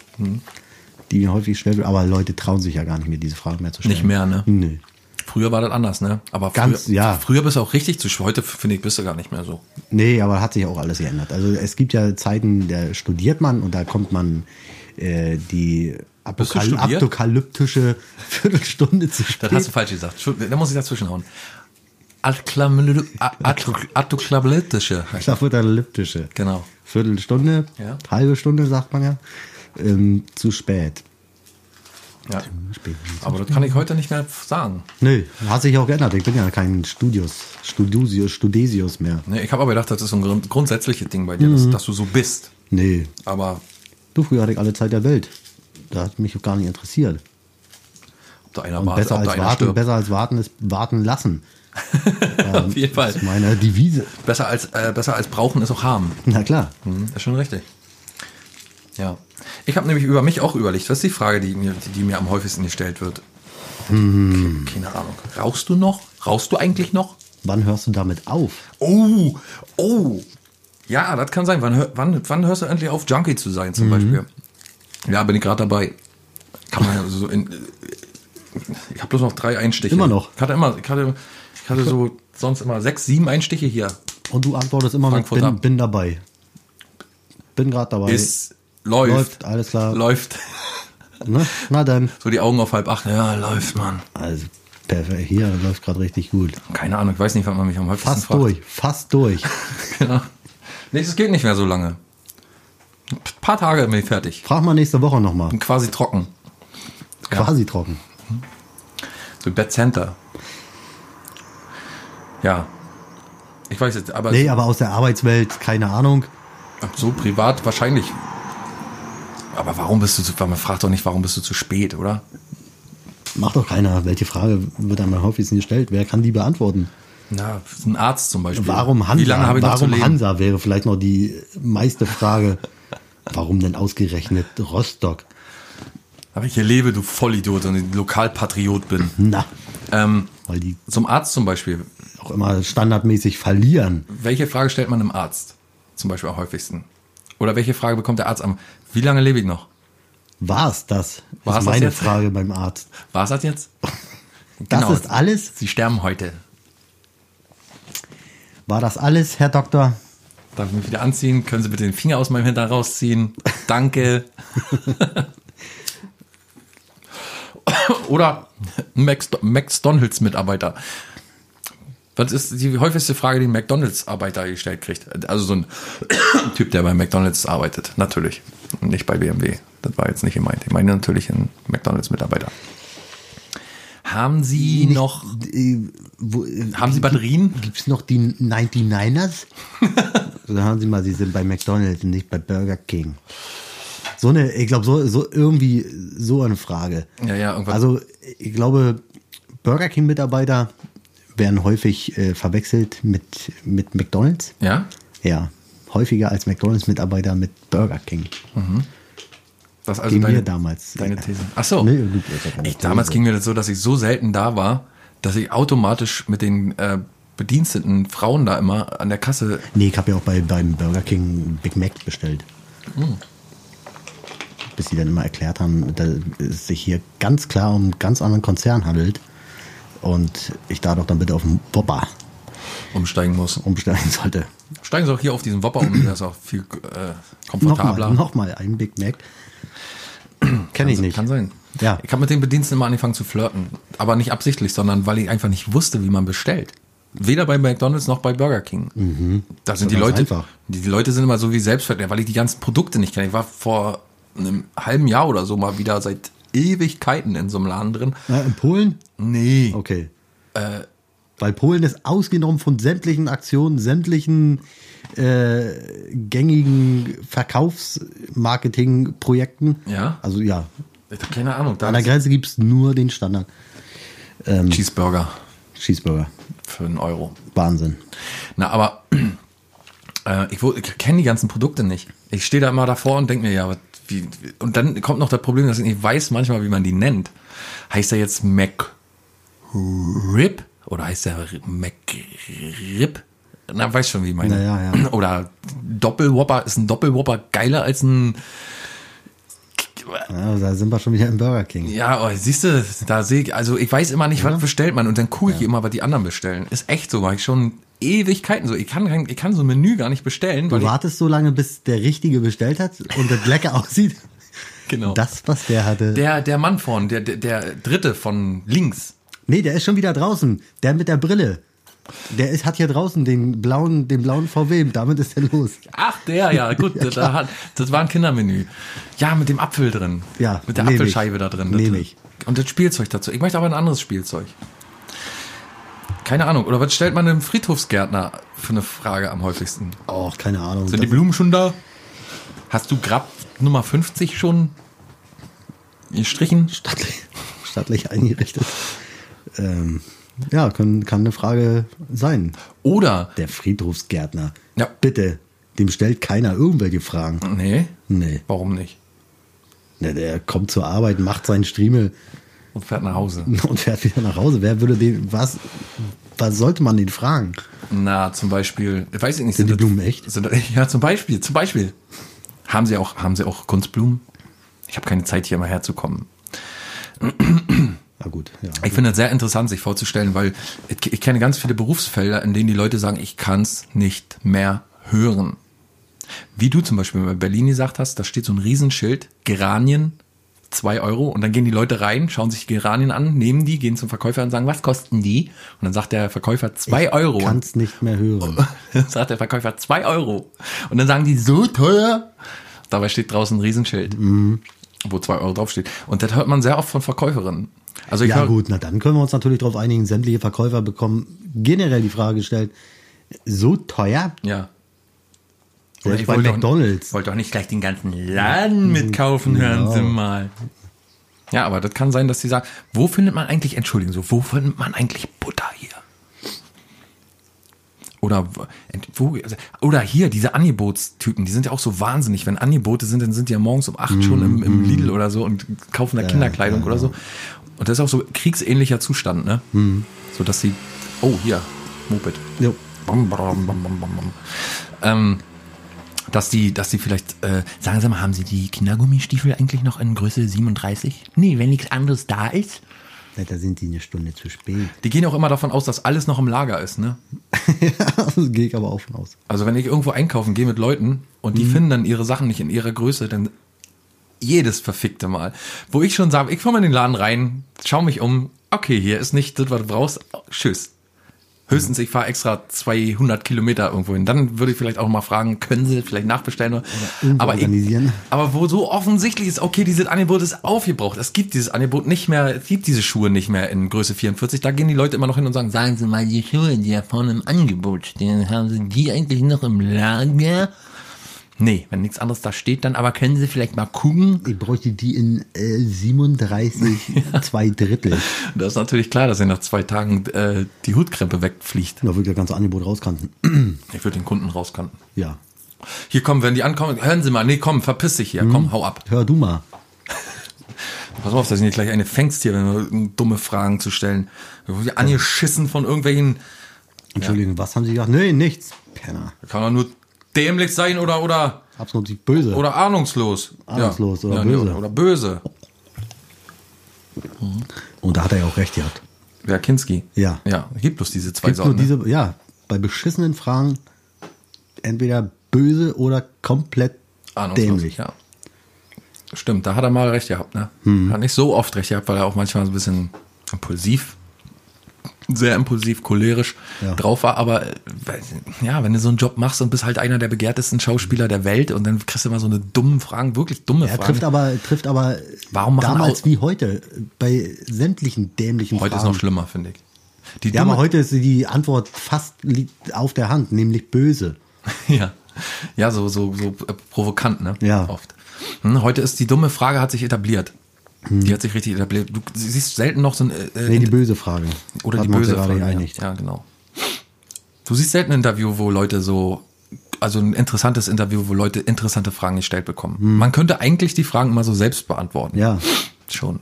die mir häufig gestellt wird, aber Leute trauen sich ja gar nicht mehr, diese Fragen mehr zu stellen.
Nicht mehr, ne?
Nö.
früher war das anders, ne? Aber
Ganz,
früher,
ja.
früher bist du auch richtig zu. sch- Heute finde ich, bist du gar nicht mehr so.
Nee, aber hat sich auch alles geändert. Also es gibt ja Zeiten, da studiert man und da kommt man äh, die
Bist du
apokal
studiert?
apokalyptische Viertelstunde zu
Das hast du
spät.
falsch gesagt. Schu- Da muss ich dazwischenhauen. Atklaml- a- atro- Atoklabletische.
Apokalyptische.
Genau.
Viertelstunde,
Ja.
halbe Stunde sagt man ja, ähm, zu spät.
Ja.
spät.
Aber das kann ich heute nicht mehr sagen.
Nö, hat sich auch geändert. Ich bin ja kein Studios, Studusius, Studesius mehr.
Ne, Ich habe aber gedacht, das ist so ein grund- grundsätzliches Ding bei dir,
Mhm.
dass, dass du so bist.
Nee,
Aber
du früher hatte ich alle Zeit der Welt. Da hat mich auch gar nicht interessiert.
ob da einer
Und
war,
besser
ob
als
da einer
warten,
stirbt.
besser als warten ist warten lassen.
Auf jeden Fall.
Das ist meine Devise.
Besser als, äh, besser als brauchen ist auch haben.
Na klar.
Hm, ist schon richtig. Ja. Ich habe nämlich über mich auch überlegt. Was ist die Frage, die mir, die, die mir am häufigsten gestellt wird?
Hm.
Ke- Keine Ahnung. Rauchst du noch? Rauchst du eigentlich noch?
Wann hörst du damit auf?
Oh, oh. Ja, das kann sein. Wann, hör- wann, wann hörst du endlich auf, Junkie zu sein,
Mhm.
zum Beispiel? Ja, bin ich gerade dabei. Kann man ja so in. Ich habe bloß noch drei Einstiche.
Immer noch?
Ich hatte immer, ich hatte, ich hatte so sonst immer sechs, sieben Einstiche hier.
Und du antwortest immer mit
Frankfurt
bin,
ab.
bin dabei. Bin gerade dabei.
Ist, läuft.
Läuft, alles klar.
Läuft.
Ne? Na dann.
So die Augen auf halb acht. Ja, läuft, Mann.
Also, perfekt. Hier läuft gerade richtig gut.
Keine Ahnung, ich weiß nicht, wann man mich am häufigsten
Fast
fragt.
durch, fast durch.
genau. Nee, es geht nicht mehr so lange. Ein paar Tage bin ich fertig.
Frag mal nächste Woche nochmal.
Bin quasi trocken. Ja.
Quasi trocken.
So Bad Center. Ja. Ich weiß jetzt, aber
Nee, aber aus der Arbeitswelt, keine Ahnung.
so privat wahrscheinlich. Aber warum bist du zu, man fragt doch nicht, warum bist du zu spät, oder?
Macht doch keiner. Welche Frage wird am häufigsten gestellt? Wer kann die beantworten?
Na, ein Arzt zum Beispiel.
Warum Hansa?
Wie lange habe ich noch zu
Warum
leben?
Hansa wäre vielleicht noch die meiste Frage. Warum denn ausgerechnet Rostock?
Aber ich hier lebe, du Vollidiot und ein Lokalpatriot bin.
Na,
ähm,
weil die
zum Arzt zum Beispiel.
auch immer standardmäßig verlieren.
Welche Frage stellt man einem Arzt? Zum Beispiel am häufigsten. Oder welche Frage bekommt der Arzt am, wie lange lebe ich noch?
War es das?
War's
ist
das
meine
jetzt?
Frage beim Arzt.
War es das jetzt?
Das
Genau.
ist alles?
Sie sterben heute.
War das alles, Herr Doktor?
Darf ich mich wieder anziehen? Können Sie bitte den Finger aus meinem Hintern rausziehen? Danke. Oder ein Mac- McDonalds-Mitarbeiter. Was ist die häufigste Frage, die ein McDonalds-Arbeiter gestellt kriegt? Also so ein Typ, der bei McDonalds arbeitet. Natürlich. Und Nicht bei BMW. Das war jetzt nicht gemeint. Ich meine natürlich einen McDonalds-Mitarbeiter. Haben Sie noch,
Äh, wo, äh,
haben Sie Batterien?
Gibt es noch die 99ers? Oder haben Sie mal, Sie sind bei McDonalds und nicht bei Burger King. So eine, ich glaube, so, so irgendwie so eine Frage.
Ja, ja, irgendwas.
Also, ich glaube, Burger King-Mitarbeiter werden häufig äh, verwechselt mit, mit McDonalds.
Ja?
Ja, häufiger als McDonalds-Mitarbeiter mit Burger King.
Das ist also
Ging
deine,
mir damals. äh,
Deine These. Ach so.
Nee, gut, das ist ja keine
ich, damals
These.
ging mir das so, dass ich so selten da war, dass ich automatisch mit den äh, bediensteten Frauen da immer an der Kasse.
Nee, ich habe ja auch bei, beim Burger King Big Mac bestellt.
Hm.
Bis sie dann immer erklärt haben, dass es sich hier ganz klar um einen ganz anderen Konzern handelt. Und ich da doch dann bitte auf den Whopper
umsteigen muss.
umstellen sollte.
Steigen Sie auch hier auf diesen Whopper um, der ist auch viel äh, komfortabler.
Nochmal, nochmal ein Big Mac. Kenne ich
Kann-
nicht.
Kann sein.
Ja.
Ich habe mit den Bediensteten immer angefangen zu flirten. Aber nicht absichtlich, sondern weil ich einfach nicht wusste, wie man bestellt. Weder bei McDonalds noch bei Burger King. Da sind die
Mhm. ganz
Leute,
einfach.
die, die Leute sind immer so wie selbstverständlich, weil ich die ganzen Produkte nicht kenne. Ich war vor einem halben Jahr oder so mal wieder seit Ewigkeiten in so einem Laden drin.
Na, in Polen?
Nee.
Okay.
Äh.
Weil Polen ist ausgenommen von sämtlichen Aktionen, sämtlichen äh, gängigen Verkaufsmarketingprojekten.
Ja?
Also ja,
Ich hab keine Ahnung. Da
An der
ist
Grenze gibt es nur den Standard.
ein Cheeseburger
Cheeseburger.
für einen Euro.
Wahnsinn.
Na, aber äh, ich, wo- ich kenne die ganzen Produkte nicht. Ich stehe da immer davor und denke mir, ja, was- wie, wie- und dann kommt noch das Problem, dass ich nicht weiß manchmal, wie man die nennt. Heißt er jetzt Mac Rib oder heißt er Mac Rib? Na, weiß schon, wie ich meine.
Ja, ja, ja.
Oder Doppelwhopper, ist ein Doppelwhopper geiler als ein
Ja, da sind wir schon wieder im Burger King.
Ja, oh, siehst du, da sehe ich, also ich weiß immer nicht,
Mhm.
was bestellt man und dann gucke ich immer, was die anderen bestellen. Ist echt so, war ich schon Ewigkeiten so. Ich kann, kein- ich kann so ein Menü gar nicht bestellen, weil
Du wartest so lange, bis der Richtige bestellt hat und das lecker aussieht.
ich, genau.
Das, was der hatte.
der, der Mann vorne, der, der, der dritte von links.
nee, der ist schon wieder draußen. Der mit der Brille. Der ist, hat hier draußen den blauen, den blauen VW. Damit ist er los.
Ach, der, ja, gut, da hat, das war ein Kindermenü. Ja, mit dem Apfel drin.
Ja,
Mit der
nehm ich.
Apfelscheibe da drin. Das-
Nehm ich.
Und das Spielzeug dazu. Ich möchte aber ein anderes Spielzeug. Keine Ahnung. Oder was stellt man einem Friedhofsgärtner für eine Frage am häufigsten?
Oh, keine Ahnung.
Sind die
Das,
Blumen schon da? Hast du Grab Nummer 50 schon gestrichen?
stattlich, stattlich eingerichtet. Ähm, ja, kann, kann eine Frage sein.
Oder,
Der Friedhofsgärtner.
Ja.
Bitte. Dem stellt keiner irgendwelche Fragen.
nee,
Nee.
warum nicht?
Der, der kommt zur Arbeit, macht seinen Striemel
Und fährt nach Hause.
und fährt wieder nach Hause. Wer würde den, was, was sollte man den fragen?
Na, zum Beispiel, ich weiß ich nicht,
Sind die
das-
Blumen echt?
Sind, das- ja, zum Beispiel, zum Beispiel. Haben sie auch, haben sie auch Kunstblumen? Ich habe keine Zeit, hier mal herzukommen.
Na gut, ja.
Ich finde das sehr interessant, sich vorzustellen, weil ich, ich kenne ganz viele Berufsfelder, in denen die Leute sagen, ich kann es nicht mehr hören. Wie du zum Beispiel in Berlin gesagt hast, da steht so ein Riesenschild, Geranien, 2 Euro. Und dann gehen die Leute rein, schauen sich Geranien an, nehmen die, gehen zum Verkäufer und sagen, was kosten die? Und dann sagt der Verkäufer 2 Euro.
Kann es nicht mehr hören.
Dann sagt der Verkäufer 2 Euro. Und dann sagen die, so teuer. Dabei steht draußen ein Riesenschild, wo 2 Euro draufsteht. Und das hört man sehr oft von Verkäuferinnen. Also ich
Ja
hör,
gut, na dann können wir uns natürlich darauf einigen, sämtliche Verkäufer bekommen generell die Frage gestellt, so teuer?
Ja.
Selbst bei
wollte
McDonalds.
Doch, wollte doch nicht gleich den ganzen Laden mitkaufen, hören Sie mal. Ja, aber das kann sein, dass sie sagen, wo findet man eigentlich, entschuldigen so, wo findet man eigentlich Butter hier? Oder, wo- ent- wo, also- oder hier, diese Angebotstypen, die sind ja auch so wahnsinnig. Wenn Angebote sind, dann sind die ja morgens um 8 schon im, im Lidl oder so und kaufen da Kinderkleidung oder so. Und das ist auch so kriegsähnlicher Zustand, ne? So dass sie, oh, hier, Moped.
Jo.
Bam, bam, bam, bam, bam, bam. Ähm, dass die, dass die vielleicht, äh, sagen Sie mal, haben Sie die Kindergummistiefel eigentlich noch in Größe 37? Nee, wenn nichts anderes da ist.
Na, Da sind die eine Stunde zu spät.
Die gehen auch immer davon aus, dass alles noch im Lager ist, ne?
das gehe ich aber auch von aus.
Also wenn ich irgendwo einkaufen gehe mit Leuten und die finden dann ihre Sachen nicht in ihrer Größe, dann jedes verfickte Mal. Wo ich schon sage, ich fahr mal in den Laden rein, schau mich um, okay, hier ist nicht das, was du brauchst, tschüss. Höchstens, ich fahre extra 200 Kilometer irgendwo hin. Dann würde ich vielleicht auch mal fragen, können Sie vielleicht nachbestellen? Oder,
irgendwo
aber, ich,
organisieren.
aber wo so offensichtlich ist, okay, dieses Angebot ist aufgebraucht. Es gibt dieses Angebot nicht mehr, es gibt diese Schuhe nicht mehr in Größe 44. Da gehen die Leute immer noch hin und sagen, sagen Sie mal, die Schuhe, die ja vorne im Angebot stehen, haben Sie die eigentlich noch im Lager? Nee, wenn nichts anderes da steht, dann aber können Sie vielleicht mal gucken.
Ich bräuchte die in äh, 37, zwei Drittel.
Da ist natürlich klar, dass ihr nach zwei Tagen äh, die Hutkrempe wegfliegt.
Da würde ich das ganze Angebot rauskanten.
Ich würde den Kunden rauskanten.
Ja.
Hier kommen, wenn die ankommen, hören Sie mal, nee, komm, verpiss dich hier,
Mhm.
komm, hau ab.
Hör du mal.
Pass auf, dass ich nicht gleich eine fängst hier, wenn du dumme Fragen zu stellen. Wir wurden hier angeschissen von irgendwelchen,
Entschuldigung, was haben sie gesagt? Nee, nichts. Penner.
kann doch nur dämlich sein oder, oder,
Absolut böse.
oder ahnungslos.
Ahnungslos
ja.
oder
ja,
böse.
Oder, oder böse.
Und da hat er ja auch recht gehabt.
Wer Kinski?
Ja.
Ja, gibt bloß diese zwei
Gibt nur
Sorten. ne?
diese, ja, bei beschissenen Fragen entweder böse oder komplett
Ahnungslos,
dämlich.
ja. Stimmt, da hat er mal recht gehabt, ne?
Hm.
Hat nicht so oft recht gehabt, weil er auch manchmal so ein bisschen impulsiv, sehr impulsiv, cholerisch
Ja.
drauf war. Aber äh, ja, wenn du so einen Job machst und bist halt einer der begehrtesten Schauspieler der Welt und dann kriegst du immer so eine dummen Fragen, wirklich dumme
Er
Fragen.
trifft aber, trifft aber
Warum machen
damals
auch-
wie heute bei sämtlichen dämlichen
Heute ist
Fragen.
noch schlimmer, finde ich. Die
ja, aber
dumme-
heute ist die Antwort fast liegt auf der Hand, nämlich böse.
Ja, ja so, so, so äh, provokant, ne?
Ja.
Oft. Hm, heute ist die dumme Frage hat sich etabliert. Die hat sich richtig etabliert. Du siehst selten noch so ein äh,
Hm. Nee, die böse Frage.
Oder
Hatten
die
wir uns
böse
ja gerade
Frage.
geeinigt.
Ja, genau. Du siehst selten ein Interview, wo Leute so, also ein interessantes Interview, wo Leute interessante Fragen gestellt bekommen. Man könnte eigentlich die Fragen immer so selbst beantworten.
Hm. Ja.
Schon.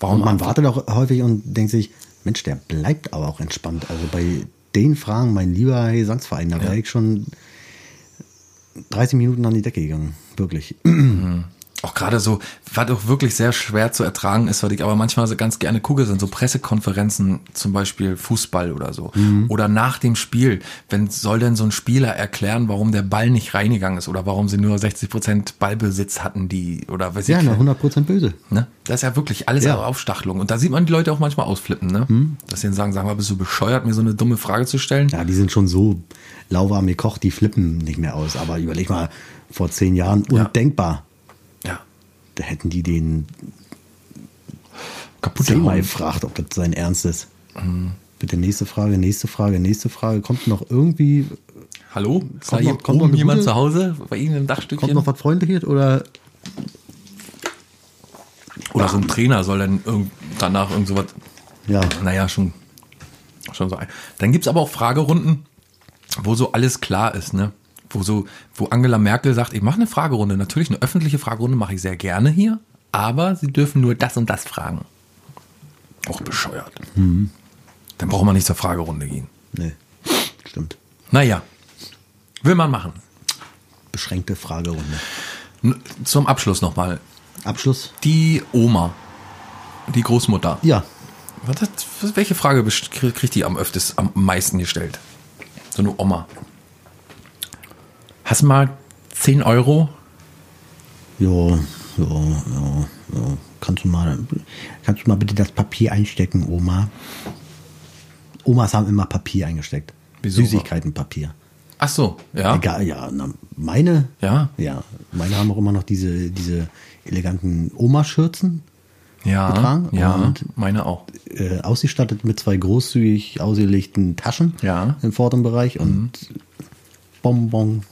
Warum
Und man wartet auch häufig und denkt sich, Mensch, der bleibt aber auch entspannt. Also bei den Fragen, mein lieber Gesangsverein, da wäre ich schon 30 Minuten an die Decke gegangen. Wirklich.
Auch gerade so, was auch wirklich sehr schwer zu ertragen ist, was ich aber manchmal so ganz gerne gucke, sind so Pressekonferenzen, zum Beispiel Fußball oder so.
Hm.
Oder nach dem Spiel, wenn soll denn so ein Spieler erklären, warum der Ball nicht reingegangen ist oder warum sie nur 60% Ballbesitz hatten, die oder weiß
Ja,
ich
na, 100% böse.
Ne? Das ist ja wirklich alles
Ja. Hm.
ja. Aufstachelung. Und da sieht man die Leute auch manchmal ausflippen, ne? Dass sie dann sagen, sag mal, bist du bescheuert, mir so eine dumme Frage zu stellen?
Ja, die sind schon so lauwarm gekocht, die flippen nicht mehr aus. Aber überleg mal, vor zehn Jahren undenkbar.
Ja.
Da hätten die den
Kaputt
zehnmal
gehauen.
gefragt, ob das sein Ernst ist.
Mhm.
Bitte nächste Frage, nächste Frage, nächste Frage. Kommt noch irgendwie,
Hallo? Ist da
Kommt
hier
noch- kommt noch
oben
eine
jemand
gute?
zu Hause? Bei Ihnen im
kommt
Dachstückchen?
noch was Freundliches oder
Oder
Ah.
so ein Trainer soll dann irgend, danach irgend sowas.
Ja.
Naja, schon, schon so ein. Dann gibt's aber auch Fragerunden, wo so alles klar ist, ne? Wo so, wo Angela Merkel sagt, ich mache eine Fragerunde. Natürlich, eine öffentliche Fragerunde mache ich sehr gerne hier, aber sie dürfen nur das und das fragen. Auch bescheuert. Dann braucht man nicht zur Fragerunde gehen.
Nee, stimmt.
Naja, will man machen.
Beschränkte Fragerunde.
N zum Abschluss nochmal.
Abschluss?
Die Oma, die Großmutter,
Ja.
Was hat, was- welche Frage best- krieg- kriegt die am öftest, am meisten gestellt? So eine Oma. Hast du mal 10 Euro?
Jo, jo, jo, jo. Kannst du mal, kannst du mal bitte das Papier einstecken, Oma? Omas haben immer Papier eingesteckt.
Wieso?
Süßigkeitenpapier.
Ach so, ja.
Egal, ja, na, meine?
Ja.
Ja, meine haben auch immer noch diese, diese eleganten Oma-Schürzen,
Ja,
getragen
ja
und-
meine auch.
äh, ausgestattet mit zwei großzügig ausgelegten Taschen
Ja. Mhm.
im vorderen Bereich und Bonbon,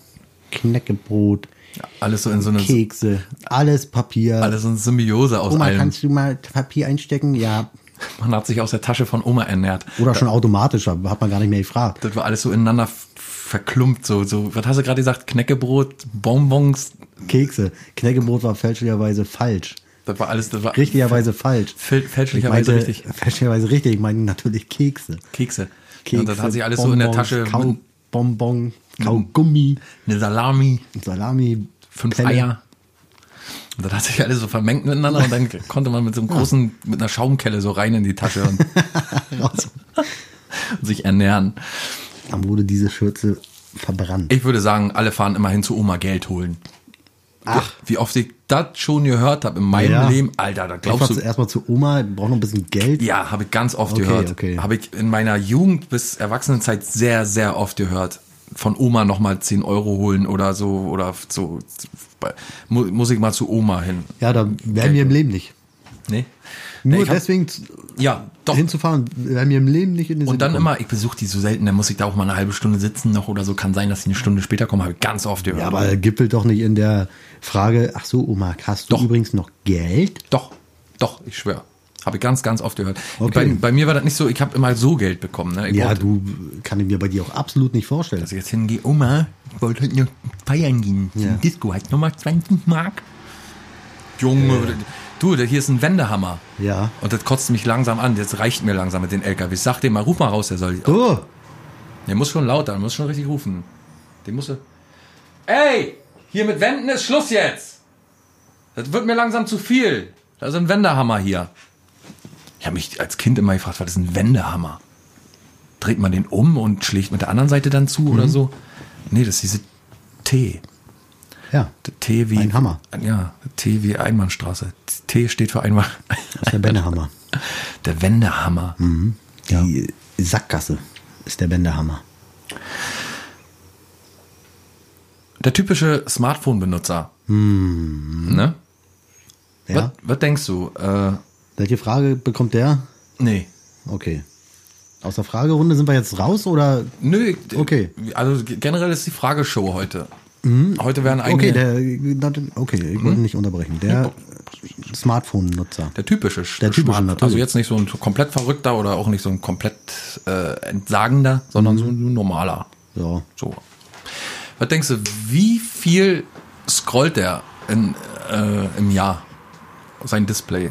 Knäckebrot,
Ja, alles so in so eine,
Kekse, alles Papier.
alles so eine Symbiose aus
Oma,
allem.
kannst du mal Papier einstecken? Ja.
Man hat sich aus der Tasche von Oma ernährt.
Oder schon automatisch, da hat man gar nicht mehr gefragt.
Das war alles so ineinander f- verklumpt. So, so, was hast du gerade gesagt? Knäckebrot, Bonbons.
Kekse. Knäckebrot war fälschlicherweise falsch.
Das war alles, das war
Richtigerweise falsch.
fäl- fälschlicherweise
Ich meinte,
richtig.
Fälschlicherweise richtig. Ich meine natürlich Kekse.
Kekse.
Kekse.
und das hat sich alles so in der
Bonbons,
Tasche.
Kau Bonbon, Kaugummi,
Eine Salami.
Salami,
fünf
Pelle.
Eier. Und dann hat sich alles so vermengt miteinander und dann konnte man mit so einem großen, mit einer Schaumkelle so rein in die Tasche und,
Raus.
und sich ernähren.
Dann wurde diese Schürze verbrannt.
Ich würde sagen, alle fahren immerhin zu Oma Geld holen. Ach. Wie oft ich das schon gehört habe in meinem
Ja.
Leben. Alter, da
Ich war
glaubst du.
zuerst mal zu Oma, braucht noch ein bisschen Geld.
Ja, habe ich ganz oft
Okay,
gehört.
okay.
Habe ich in meiner Jugend bis Erwachsenenzeit sehr, sehr oft gehört. Von Oma nochmal 10 Euro holen oder so. Oder so. Mu- Muss ich mal zu Oma hin.
Ja, da wären wir im Leben nicht.
Nee?
Nur
nee, ich hab-
deswegen zu-
Ja, doch.
hinzufahren, wären wir im Leben nicht in den Sinn
Und dann
gekommen.
immer, ich besuche die so selten, dann muss ich da auch mal eine halbe Stunde sitzen noch oder so. Kann sein, dass die eine Stunde später kommen, habe ich ganz oft gehört.
Ja, aber gipfelt doch nicht in der Frage, ach so, Oma, hast du
Doch.
übrigens noch Geld?
doch, doch, ich schwöre. Habe ich ganz, ganz oft gehört.
Okay.
Bei, bei mir war das nicht so, ich habe immer so Geld bekommen. Ne? Ich
Ja,
wollte,
du kann ich mir bei dir auch absolut nicht vorstellen.
dass ich jetzt hingehe, Oma, ich wollte heute noch feiern gehen.
Ja.
Ja. Disco hat nochmal 20 Mark. Junge,
Äh.
du, da- hier ist ein Wendehammer.
Ja.
Und das kotzt mich langsam an. Jetzt reicht mir langsam mit den LKW. Ich sag dem mal, ruf mal raus, der soll.
So,
Der muss schon lauter, der muss schon richtig rufen. Den muss er. Ey, hier mit Wänden ist Schluss jetzt. Das wird mir langsam zu viel. Da ist ein Wendehammer hier. Ich habe mich als Kind immer gefragt, was ist ein Wendehammer? Dreht man den um und schlägt mit der anderen Seite dann zu
Mhm.
oder so? Nee, das ist diese T.
ja,
T wie.
Ein Hammer.
Ja, T wie Einbahnstraße. T steht für Einbahn.
das ist der Bendehammer.
Der Wendehammer.
Mhm. Die Sackgasse ist der Bendehammer.
Der typische Smartphone-Benutzer. Ne?
Mhm. Ja?
Was, was denkst du? Äh,
Welche Frage bekommt der?
nee.
Okay. Aus der Fragerunde sind wir jetzt raus oder?
Nö,
Okay. Mhm.
okay. Also g- generell ist die Frageshow heute. Heute werden einige.
Okay,
der,
der, okay, ich wollte nicht unterbrechen. Der Smartphone-Nutzer.
typische,
Der typische, natürlich.
Also jetzt nicht so ein komplett verrückter oder auch nicht so ein komplett äh, entsagender, sondern so
Mhm.
ein normaler.
Ja.
So. Was denkst du, wie viel scrollt der in, äh, im Jahr? Sein Display.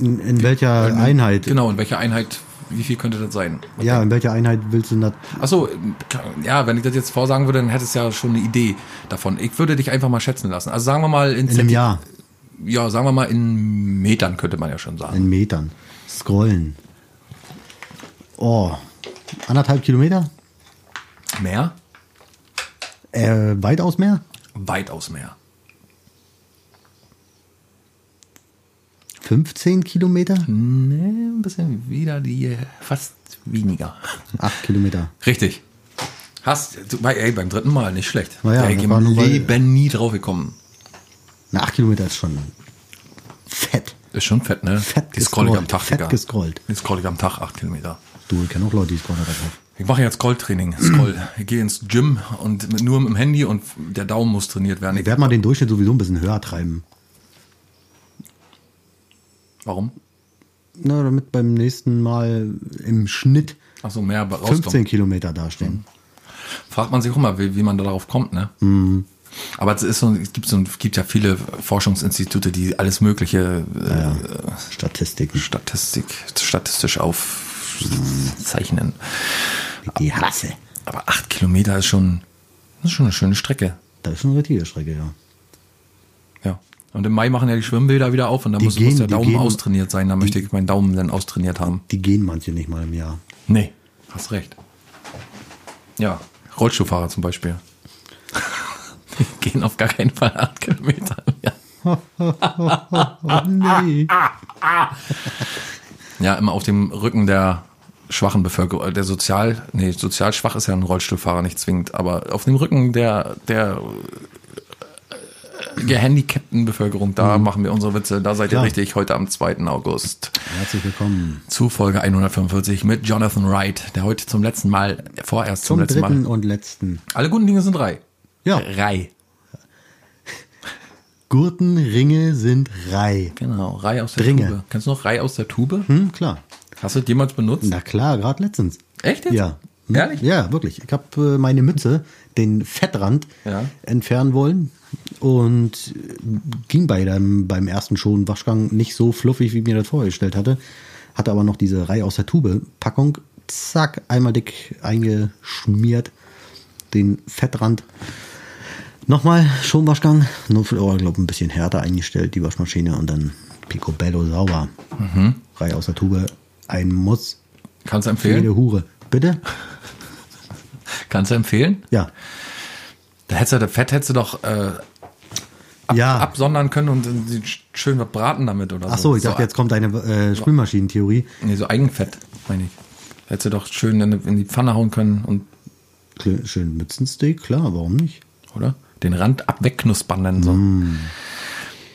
In, in welcher Einheit?
Genau, in welcher Einheit wie viel könnte das sein?
Ja, in welcher Einheit willst du das?
Achso, ja, wenn ich das jetzt vorsagen würde, dann hättest du ja schon eine Idee davon. Ich würde dich einfach mal schätzen lassen. Also sagen wir mal in,
In einem Jahr,
Ja, sagen wir mal in Metern könnte man ja schon sagen.
in Metern. Scrollen. Oh, anderthalb Kilometer?
Mehr?
Äh, weitaus mehr?
Weitaus mehr.
15 Kilometer?
Hm. Nee, ein bisschen wieder die fast weniger.
Acht Kilometer.
Richtig. Hast du bei, ey, beim dritten Mal nicht schlecht.
Na ja,
Ey, ich
das
im
war nur weil-
Leben nie drauf gekommen.
Na, acht Kilometer ist schon fett.
Ist schon fett, ne?
Fett
die scroll ich am
gescrollt,
Tag,
fett
Digga.
gescrollt.
Die scroll ich am Tag acht Kilometer.
Du, ich kenne auch Leute, die scrollen da drauf.
Ich mache jetzt Scrolltraining. Scroll. Ich gehe ins Gym und mit, nur mit dem Handy und der Daumen muss trainiert werden.
Ich werde mal den Durchschnitt sowieso ein bisschen höher treiben.
Warum?
Na, damit beim nächsten Mal im Schnitt
Achso, mehr aber rauskommen.
15 Kilometer dastehen.
fragt man sich auch mal, wie, wie man darauf kommt, ne?
Mhm.
Aber es, ist so, es, gibt so, es gibt ja viele Forschungsinstitute, die alles mögliche äh,
Statistiken.
Statistik, statistisch aufzeichnen.
Mhm. Die Hasse.
Aber acht Kilometer ist schon, das ist schon eine schöne Strecke.
Das ist schon eine richtige Strecke, ja.
Ja. Und im Mai machen ja die Schwimmbäder wieder auf und da
Die
muss,
gehen-
muss der
die
Daumen
gehen-
austrainiert sein. Da möchte ich meinen Daumen dann austrainiert haben.
Die gehen manche nicht mal im Jahr.
Nee, hast recht. Ja, Rollstuhlfahrer zum Beispiel. Die gehen auf gar keinen Fall acht Kilometer. Ja,
Oh
Ah,
nee.
ja immer auf dem Rücken der schwachen Bevölkerung, der sozial, nee, sozial schwach ist ja ein Rollstuhlfahrer nicht zwingend, aber auf dem Rücken der, der äh, gehandicapten Bevölkerung, da machen wir unsere Witze, da seid ihr
Mhm. Klar.
richtig, heute am 2. August.
Herzlich willkommen
zu Folge 145 mit Jonathan Wright, der heute zum letzten Mal, vorerst zum,
zum
letzten
dritten
Mal. Äh.
und letzten.
Alle guten Dinge sind drei.
Ja,
Rei.
Gurtenringe sind Reih.
Genau, Rei aus der
Dringe.
Tube. Kennst du noch Rei aus der Tube?
Hm, klar.
Hast du das jemals benutzt?
Na klar, gerade letztens.
Echt jetzt?
Ja. Hm?
Ehrlich?
Ja, wirklich. Ich habe äh, meine Mütze, den Fettrand,
Ja.
entfernen wollen und äh, ging bei dem, beim ersten schon Waschgang nicht so fluffig, wie ich mir das vorgestellt hatte. Hatte aber noch diese Reihe aus der Tube-Packung, zack, einmal dick eingeschmiert, den Fettrand. Nochmal Schonwaschgang, nur für oh, ich glaub, ein bisschen härter eingestellt, die Waschmaschine und dann Picobello sauber.
Mhm.
Reihe aus der Tube, ein Muss,
Kannst du
für
empfehlen?
jede Hure. Bitte?
Kannst du empfehlen?
Ja.
Da hättest du, das Fett hättest du doch äh, ab,
Ja.
absondern können und äh, schön was braten damit oder so.
Ach so, ich dachte, jetzt kommt deine äh, Spülmaschinentheorie.
Nee, so Eigenfett, meine ich. Hättest du doch schön in, in die Pfanne hauen können und,
Kl- Schön Mützensteak, klar, warum nicht?
oder? Den Rand ab wegknuspern dann so.
Mm.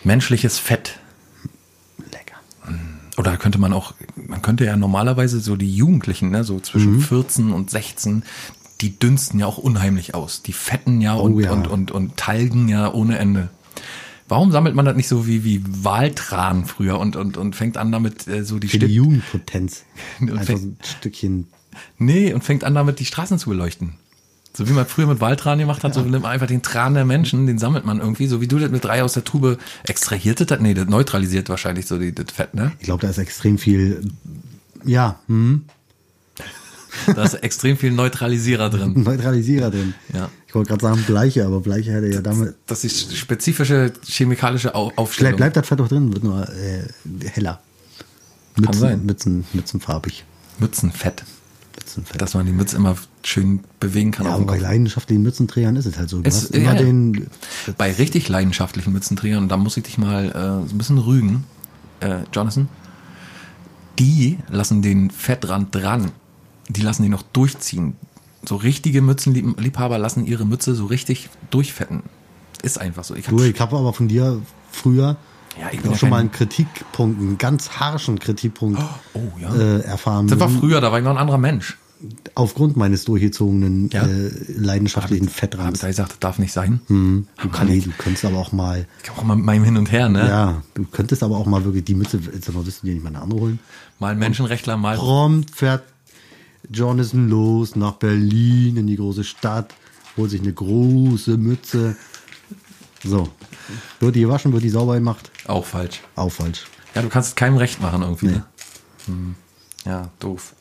Menschliches Fett.
Lecker.
Oder könnte man auch, man könnte ja normalerweise so die Jugendlichen, ne, so
Mhm.
zwischen 14 und 16, die dünsten ja auch unheimlich aus. Die fetten ja, und,
Oh ja.
Und, und, und talgen ja ohne Ende. Warum sammelt man das nicht so wie, wie Waltran früher und, und, und fängt an damit äh, so die
Für die
Städte,
Jugendpotenz.
Und
Einfach
fängt-
so ein Stückchen.
nee, und fängt an damit die Straßen zu beleuchten? So wie man früher mit Waltran gemacht hat, so nimmt man einfach den Tran der Menschen, den sammelt man irgendwie, so wie du das mit drei aus der Tube extrahiertet hast. Nee, das neutralisiert wahrscheinlich so die, das Fett, ne?
Ich glaube, da ist extrem viel. Ja, hm,
Da ist extrem viel Neutralisierer drin.
Neutralisierer drin.
Ja.
Ich wollte gerade sagen Bleiche, aber Bleiche hätte ja damit.
Das ist spezifische chemikalische Au- Aufstellung.
Bleibt bleib das Fett doch drin, wird nur äh, heller. Mützen,
sein.
Mützen, Mützenfarbig.
Mützenfett.
Mützenfett.
Dass man die Mütze immer schön bewegen kann.
ja,
auf dem
aber bei
Kopf.
leidenschaftlichen Mützenträgern ist es halt so. Du
Es-
hast immer
ja, ja.
den.
bei richtig leidenschaftlichen Mützenträgern, und da muss ich dich mal äh, so ein bisschen rügen, äh, Jonathan, die lassen den Fettrand dran. Die lassen den noch durchziehen. So richtige Mützenliebhaber lassen ihre Mütze so richtig durchfetten. Ist einfach so. Ich hab,
Du, ich habe aber von dir früher
Ja, ich
auch
bin ja
schon mal
kein-
einen Kritikpunkt, einen ganz harschen Kritikpunkt
oh, ja.
äh, erfahren.
das war
müssen.
früher, da war ich noch ein anderer Mensch.
Aufgrund meines durchgezogenen,
Ja.
äh, leidenschaftlichen
Da habe ich
Fettrands.
gesagt, das darf nicht sein.
Du, kann, nee, du könntest aber auch mal,
Ich auch mal mit meinem Hin und Her, ne?
ja. du könntest aber auch mal wirklich die Mütze, jetzt mal wissen, die nicht mal eine andere holen.
Mal ein Menschenrechtler, mal
Prompt fährt Jonathan los nach Berlin in die große Stadt, holt sich eine große Mütze. So, wird die gewaschen, wird die sauber gemacht.
auch falsch.
Auch falsch.
Ja, du kannst es keinem recht machen irgendwie. Ne? Ja, doof.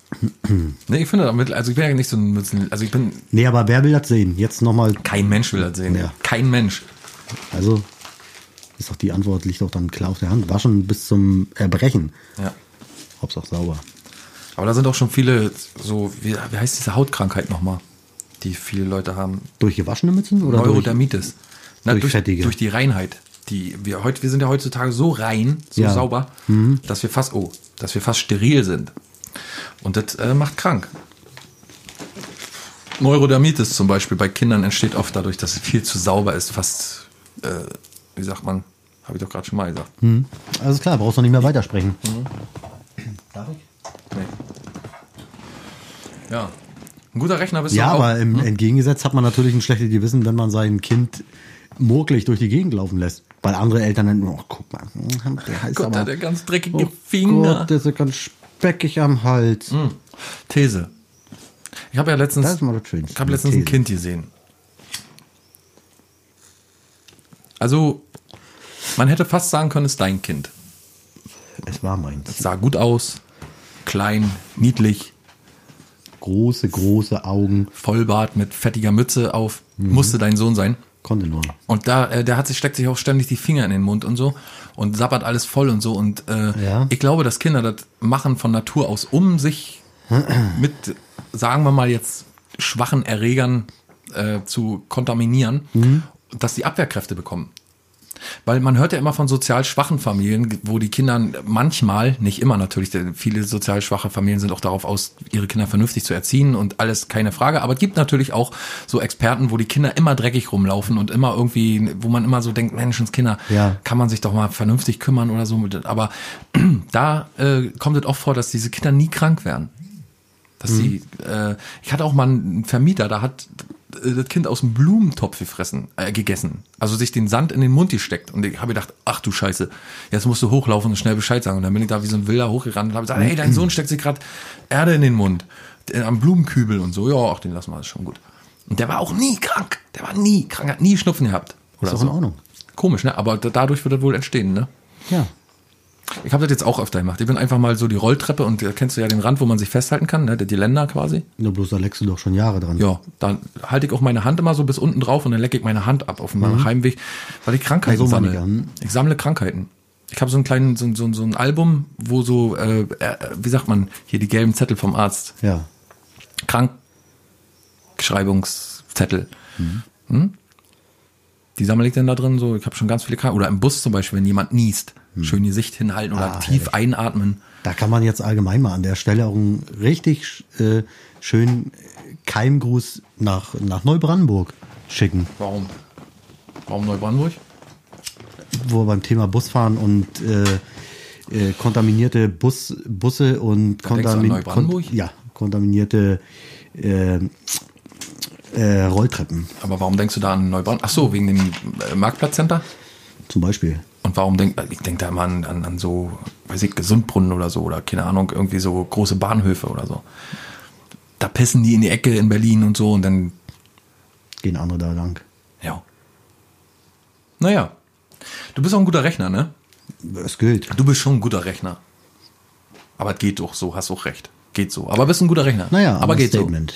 nee, ich finde damit, also ich bin ja nicht so ein Mützen, also ich bin,
Nee, aber wer will das sehen? Jetzt nochmal.
kein Mensch will das sehen.
Ja.
Kein Mensch.
Also, ist doch die Antwort, liegt doch dann klar auf der Hand. Waschen bis zum Erbrechen.
Ja.
Hauptsache sauber.
Aber da sind auch schon viele, so, wie, wie heißt diese Hautkrankheit nochmal, die viele Leute haben?
Durch gewaschene Mützen oder durch?
Neurodermitis. Na,
durch
durch,
fettige.
durch die Reinheit. Die, wir, heut, wir sind ja heutzutage so rein, so
Ja. Mhm.
sauber, dass wir fast, oh, dass wir fast steril sind. Und das äh, macht krank. Neurodermitis zum Beispiel bei Kindern entsteht oft dadurch, dass es viel zu sauber ist, fast, äh, wie sagt man, habe ich doch gerade schon mal gesagt.
Hm. Alles klar, brauchst du nicht mehr weitersprechen.
Mhm. Nee. Ja. Ein guter Rechner bist
Ja,
du auch. ne?
aber im entgegengesetzt hat man natürlich ein schlechtes Gewissen, wenn man sein Kind murkelig durch die Gegend laufen lässt. Weil andere Eltern dann, oh, guck mal, hm, der heißt
Gott,
aber,
da hat er ganz dreckige
oh
Finger. Mhm.
Gott, der ist ja ganz speckig am Hals.
These. Ich habe ja letztens,
Das ist mal das Schönste.
ich habe letztens ein
These.
Kind gesehen. Also, man hätte fast sagen können, es ist dein Kind.
Es war meins.
Es sah gut aus, klein, niedlich,
Große, große Augen,
Vollbart mit fettiger Mütze auf.
Mhm.
Musste dein Sohn sein.
konnte nur.
Und da, äh, der hat sich, steckt sich auch ständig die Finger in den Mund und so und sabbert alles voll und so. Und äh,
Ja.
ich glaube, dass Kinder das machen von Natur aus, um sich mit, sagen wir mal jetzt, schwachen Erregern äh, zu kontaminieren, dass die Abwehrkräfte bekommen. Weil man hört ja immer von sozial schwachen Familien, wo die Kinder manchmal, nicht immer natürlich, denn viele sozial schwache Familien sind auch darauf aus, ihre Kinder vernünftig zu erziehen und alles, keine Frage. Aber es gibt natürlich auch so Experten, wo die Kinder immer dreckig rumlaufen und immer irgendwie, wo man immer so denkt, Menschenskinder,
Ja.
kann man sich doch mal vernünftig kümmern oder so. Aber da äh, kommt es auch vor, dass diese Kinder nie krank werden. Dass sie, äh, ich hatte auch mal einen Vermieter, da hat äh, das Kind aus dem Blumentopf gefressen, äh, gegessen. Also sich den Sand in den Mund gesteckt. Und ich habe gedacht, ach du Scheiße, jetzt musst du hochlaufen und schnell Bescheid sagen. Und dann bin ich da wie so ein Wilder hochgerannt und habe gesagt, hey, dein Sohn steckt sich gerade Erde in den Mund, äh, am Blumenkübel und so. Ja, ach, den lassen wir, ist schon gut. Und der war auch nie krank. Der war nie krank, hat nie Schnupfen gehabt. Oder
doch
so.
in Ordnung.
Komisch, ne? Aber da- dadurch wird das wohl entstehen, ne?
Ja.
Ich habe das jetzt auch öfter gemacht. Ich bin einfach mal so die Rolltreppe und da kennst du ja den Rand, wo man sich festhalten kann, ne? die Länder quasi.
Nur bloß da leckst du doch schon Jahre dran.
Ja, dann halte ich auch meine Hand immer so bis unten drauf und dann lecke ich meine Hand ab auf meinem Heimweg, weil ich Krankheiten
Also Mhm. meine
sammle.
Hand.
Ich sammle Krankheiten. Ich habe so einen kleinen, so, ein- so, ein- so ein Album, wo so, äh, äh, wie sagt man, hier die gelben Zettel vom Arzt,
Ja.
Krankschreibungszettel.
Mhm.
Hm? Die sammle ich dann da drin, so, ich habe schon ganz viele Krankheiten. Oder im Bus zum Beispiel, wenn jemand niest, schön die Sicht hinhalten oder
Mhm. Ah,
tief einatmen.
Da kann man jetzt allgemein mal an der Stelle auch einen richtig äh, schönen Keimgruß nach, nach Neubrandenburg schicken,
Warum? Warum Neubrandenburg?
wo wir beim Thema Busfahren und äh, äh, kontaminierte Bus, Busse und
denkst du an
kontamin
Neubrandenburg?
ja, kontaminierte äh, äh, Rolltreppen
Aber warum denkst du da an Neubrandenburg? Ach so, wegen dem äh, Marktplatzcenter?
zum Beispiel.
Und warum denk ich denk da immer an, an, an so, weiß ich, Gesundbrunnen oder so oder keine Ahnung, irgendwie so große Bahnhöfe oder so. Da pissen die in die Ecke in Berlin und so und dann,
Gehen andere da lang.
ja. Naja. Du bist auch ein guter Rechner, ne?
Es gilt.
Du bist schon ein guter Rechner. Aber es geht doch so, hast auch recht. Geht so. Aber bist ein guter Rechner.
Naja,
aber geht so.
Statement.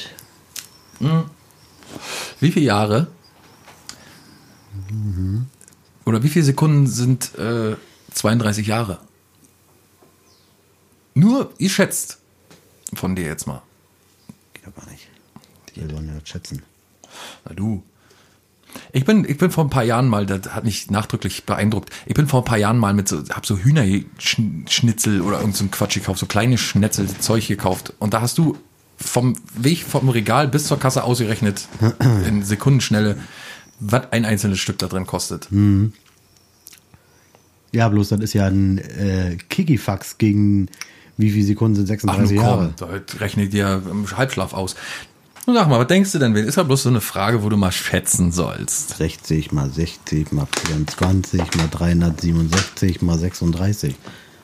Wie viele Jahre oder wie viele Sekunden sind äh, 32 Jahre? Nur, ihr schätzt von dir jetzt mal.
Geht aber nicht. Wir wollen ja schätzen.
Na du. Ich bin, ich bin vor ein paar Jahren mal, das hat mich nachdrücklich beeindruckt. Ich bin vor ein paar Jahren mal mit so, hab so Hühnerschnitzel oder irgendein so ein Quatsch gekauft, so kleine Schnetzel Zeug gekauft. Und da hast du vom Weg vom Regal bis zur Kasse ausgerechnet, in Sekundenschnelle, was ein einzelnes Stück da drin kostet.
Ja, bloß das ist ja ein äh, Kikifax gegen wie viele Sekunden sind
Ach, nun
36 Jahre.
komm, da rechne ich dir im Halbschlaf aus. Nun sag mal, was denkst du denn, wen? Ist ja bloß so eine Frage, wo du mal schätzen sollst.
60 mal 60 mal 24 mal 367 mal 36.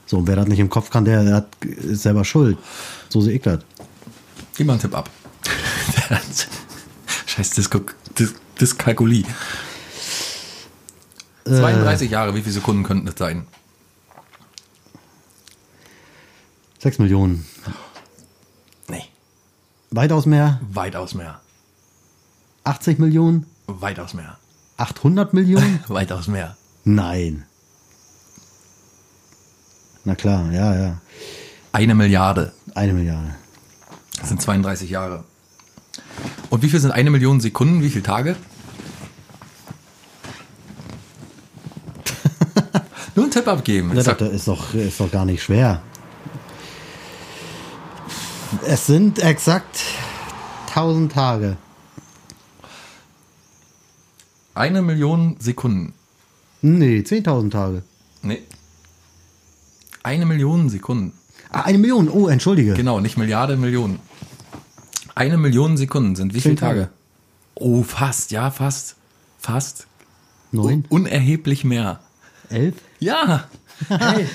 So, und wer das nicht im Kopf kann, der, der hat, ist selber schuld. So sehe ich das.
Gib mal einen Tipp ab. Scheiß Disco, Dis, Diskalkulie. Äh. 32 Jahre, wie viele Sekunden könnten das sein?
6 Millionen. Weitaus mehr.
Weitaus mehr.
80 Millionen?
Weitaus mehr.
800 Millionen?
Weitaus mehr.
Nein. Na klar, ja, ja.
Eine Milliarde.
Eine Milliarde.
Das sind 32 Jahre. Und wie viel sind eine Million Sekunden? Wie viele Tage? Nur einen Tipp abgeben.
Na,
Ich
Ne, das
sag,
ist doch, ist doch gar nicht schwer. Es sind exakt 1000 Tage.
eine Million Sekunden.
Nee, 10.000 Tage.
Nee. Eine Million Sekunden.
Ah, eine Million. Oh, entschuldige.
Genau, nicht Milliarde, Millionen. Eine Million Sekunden sind wie
Zehn
viele Tage?
Tage.
Oh, fast, ja, fast. Fast.
Neun,
Un unerheblich mehr.
elf.
Ja.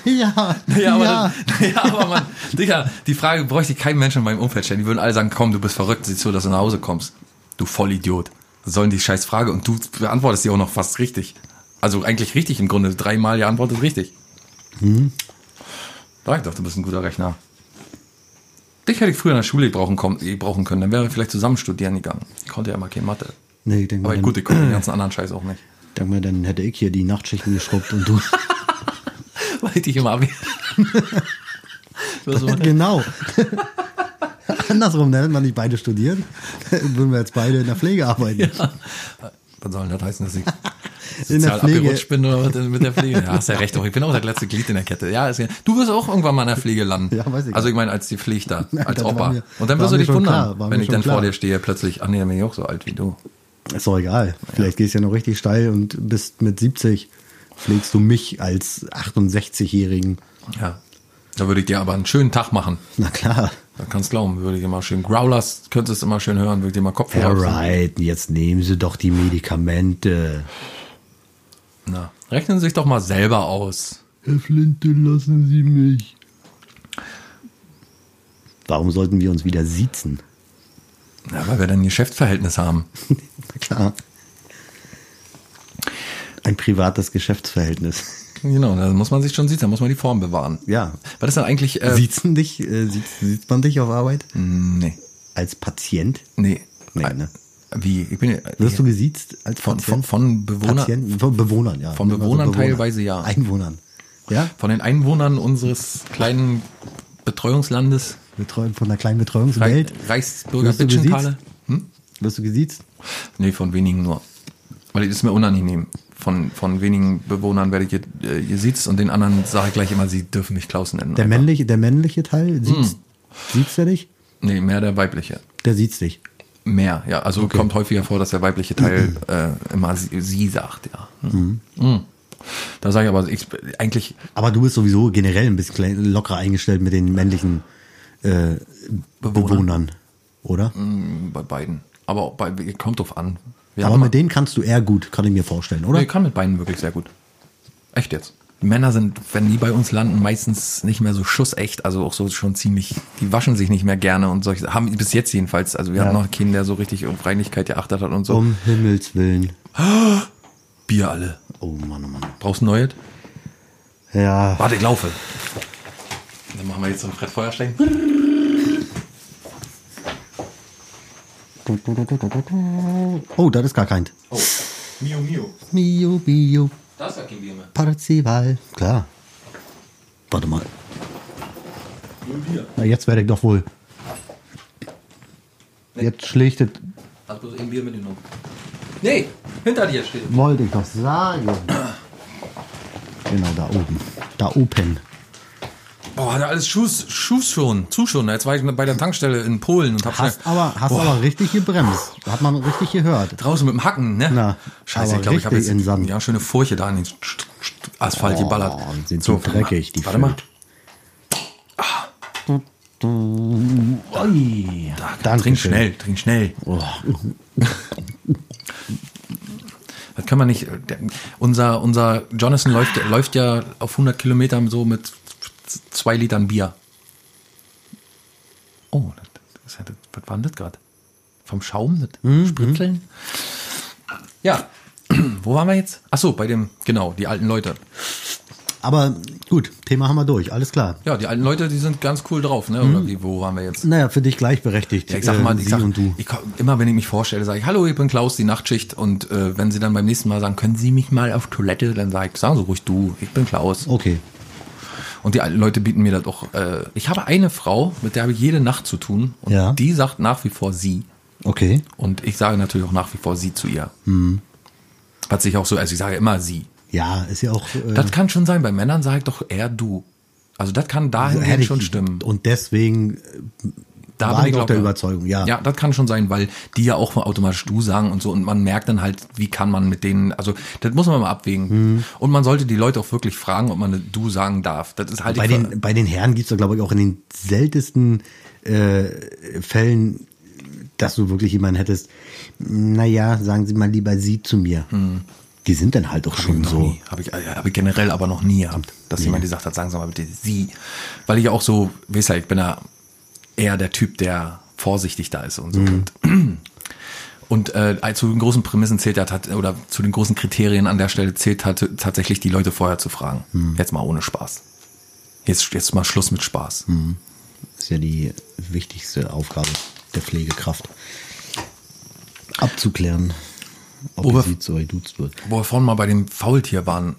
ja.
Oh. Ja, aber,
ja.
Das, ja, aber man, Digga, die Frage bräuchte kein Mensch in meinem Umfeld stellen. Die würden alle sagen, komm, du bist verrückt, sieh zu, dass du nach Hause kommst. Du Vollidiot. Das sollen die scheiß Frage und du beantwortest die auch noch fast richtig. Also eigentlich richtig im Grunde. Dreimal ja antwortet richtig. Sag ich doch, du bist ein guter Rechner. Dich hätte ich früher in der Schule brauchen, eh, brauchen können, dann wären wir vielleicht zusammen studieren gegangen. Ich konnte ja immer keine Mathe.
Nee, ich denke
Aber
mal,
gut,
dann,
ich konnte den ganzen anderen Scheiß auch nicht.
denk mal, dann hätte ich hier die Nachtschichten geschrubbt und du.
Weil ich dich immer ab. Was war-
genau. Andersrum, dann hätten wir nicht beide studiert. Würden wir jetzt beide in der Pflege arbeiten.
Was soll denn das heißen, dass ich
In der
sozial abgerutscht
Pflege.
bin oder was denn mit der Pflege? Ja, hast ja recht, doch. Ich bin auch das letzte Glied in der Kette. Ja, ist ja. Du wirst auch irgendwann mal in der Pflege landen.
Ja, weiß ich.
Also ich meine, als die Pflicht da,
Ja,
als
das war
Opa.
mir-
Und dann
war
wirst du
mir
dich
schon
wundern,
klar, war
wenn
mir
ich dann
schon
vor
klar.
dir stehe, plötzlich, ach nee, dann bin ich auch so alt wie du.
Ist doch egal. Vielleicht gehst du ja noch richtig steil und bist mit 70. Pflegst du mich als 68-Jährigen.
Ja. Da würde ich dir aber einen schönen Tag machen.
Na klar.
Da kannst glauben, würde ich immer schön Growlers, könntest du immer schön hören, würde ich dir mal Kopf
Alright, jetzt nehmen Sie doch die Medikamente.
Na, rechnen Sie sich doch mal selber aus.
Herr Flinte, lassen Sie mich. Warum sollten wir uns wieder siezen?
Ja, weil wir dann ein Geschäftsverhältnis haben.
Na klar. Ein privates Geschäftsverhältnis.
Genau, da muss man sich schon sieht, da muss man die Form bewahren.
Ja.
Was ist denn eigentlich. Äh,
Siezen dich? Äh, sieht, sieht man dich auf Arbeit?
nee.
Als Patient?
Nee. Äh,
Nee, ne?
Wie? Ich bin
Wirst du gesiezt als
von, von,
Patient?
von Bewohnern,
Patienten, von Bewohnern, ja.
Von
Nehmen wir
Bewohnern
so
teilweise, ja.
Einwohnern. Ja?
von den Einwohnern unseres kleinen Betreuungslandes,
Betreu von der kleinen Betreuungswelt.
Reichsbürger
Wirst du gesiezt?
Bitschenthaler. Hm?
Wirst du gesiezt?
Nee, von wenigen nur. Weil das ist mir unangenehm. Von, von wenigen Bewohnern werde ich ge- äh, gesiezt und den anderen sage ich gleich immer, sie dürfen mich Klaus nennen.
Der
Einfach.
männliche, der männliche
Hm.
Teil sieht, sieht's er dich?
Nee, mehr der weibliche.
Der sieht's dich.
Mehr, ja. Also kommt häufiger vor, dass der weibliche Teil äh, immer sie, sie sagt, ja. Mhm. Da sage ich aber, ich, eigentlich,
Aber du bist sowieso generell ein bisschen klein- lockerer eingestellt mit den männlichen äh, Bewohnern, oder?
mh, bei beiden. Aber auch bei, kommt drauf an. Wir
Aber
haben-
mit denen kannst du eher gut, kann ich mir vorstellen, oder?
Nee, kann mit beiden wirklich sehr gut. Echt jetzt. Die Männer sind, wenn die bei uns landen, meistens nicht mehr so schussecht, also auch so schon ziemlich, die waschen sich nicht mehr gerne und solche, haben bis jetzt jedenfalls, also wir hatten noch keinen, der so richtig auf Reinlichkeit geachtet hat und so.
Um Himmels Willen.
Bier alle.
Oh Mann, oh Mann.
Brauchst du ein neues?
Ja,
Warte, ich laufe. Dann machen wir jetzt so ein Brett Feuerstein.
oh, das ist gar kein.
Oh, Mio Mio.
Mio, Mio,
Das sagt kein Bier mehr.
Parzival. Klar. Warte mal.
Nur Bier.
Na, jetzt werde ich doch wohl. Jetzt schlägt es.
Hast bloß ein Bier mitgenommen. Nee, hinter dir steht.
Wollte ich doch sagen. Genau, da oben. Da oben.
Boah, hat er alles Schuss, Schuss schon, zu schon. Jetzt war ich bei der Tankstelle in Polen und hab
Hast
schnell-
aber, hast
Boah.
aber richtig gebremst. Hat man richtig gehört.
Draußen mit dem Hacken, ne?
Na,
Scheiße, ich
aber
glaube, ich habe
richtig
jetzt
in Sand. Oh,
ja schöne Furche da in den St- St- St- Asphalt geballert.
sind so dreckig, die
Warte mal.
Vögel. Ui.
Ah, Trink
Dankeschön.
schnell, trink schnell.
Oh,
Das kann man nicht. der- Unser, unser Jonathan läuft, läuft ja auf 100 Kilometern so mit zwei Litern Bier. Oh, das, das, was war denn das gerade? Vom Schaum, das
Mhm,
Spritzeln? Ja, wo waren wir jetzt? Ach so, bei dem, genau, die alten Leute.
Aber gut, Thema haben wir durch, alles klar.
Ja, die alten Leute, die sind ganz cool drauf, ne? Oder wie, wo waren wir jetzt?
Naja, für dich gleichberechtigt.
Ja, ich sag
Mhm. äh,
mal, ich
sie
sag,
und du.
Ich, komm- immer wenn ich mich vorstelle, sage ich, hallo, ich bin Klaus, die Nachtschicht. Und äh, wenn sie dann beim nächsten Mal sagen, können Sie mich mal auf Toilette, dann sage ich, sagen Sie ruhig du, ich bin Klaus.
Okay.
Und die alten Leute bieten mir das auch. Äh, ich habe eine Frau, mit der habe ich jede Nacht zu tun. Und
Ja.
die sagt nach wie vor sie.
Okay.
Und ich sage natürlich auch nach wie vor sie zu ihr.
Mhm.
Hat sich auch so, also ich sage immer sie.
Ja, ist ja auch. Äh,
Das kann schon sein. Bei Männern sage ich doch eher du. Also das kann dahin
hätte ich-
schon stimmen.
Und deswegen
Da
War
bin
ich auch der
locker.
Überzeugung, ja.
Ja, das kann schon sein, weil die ja auch automatisch du sagen und so und man merkt dann halt, wie kann man mit denen, also das muss man mal abwägen.
Mhm.
Und man sollte die Leute auch wirklich fragen, ob man eine du sagen darf. Das ist halt
bei
die Fra-
den, bei den Herren gibt's doch, glaube ich, auch in den seltensten äh, Fällen, dass du wirklich jemanden hättest, naja, sagen Sie mal lieber Sie zu mir. Die sind dann halt doch schon
Hm. noch
so.
nie. Habe ich, äh, habe ich generell aber noch nie gehabt, dass jemand gesagt hat, sagen Sie mal bitte Sie. Weil ich ja auch so, weißt du, ich bin ja eher der Typ, der vorsichtig da ist und so. Und, und äh, zu den großen Prämissen zählt hat, hat, oder zu den großen Kriterien an der Stelle zählt hat, tatsächlich die Leute vorher zu fragen. Jetzt mal ohne Spaß. Jetzt, jetzt mal Schluss mit Spaß.
ist ja die wichtigste Aufgabe der Pflegekraft. Abzuklären, ob
Ober-
sie zu euch duzt wird.
Wo wir vorhin mal bei dem Faultier waren,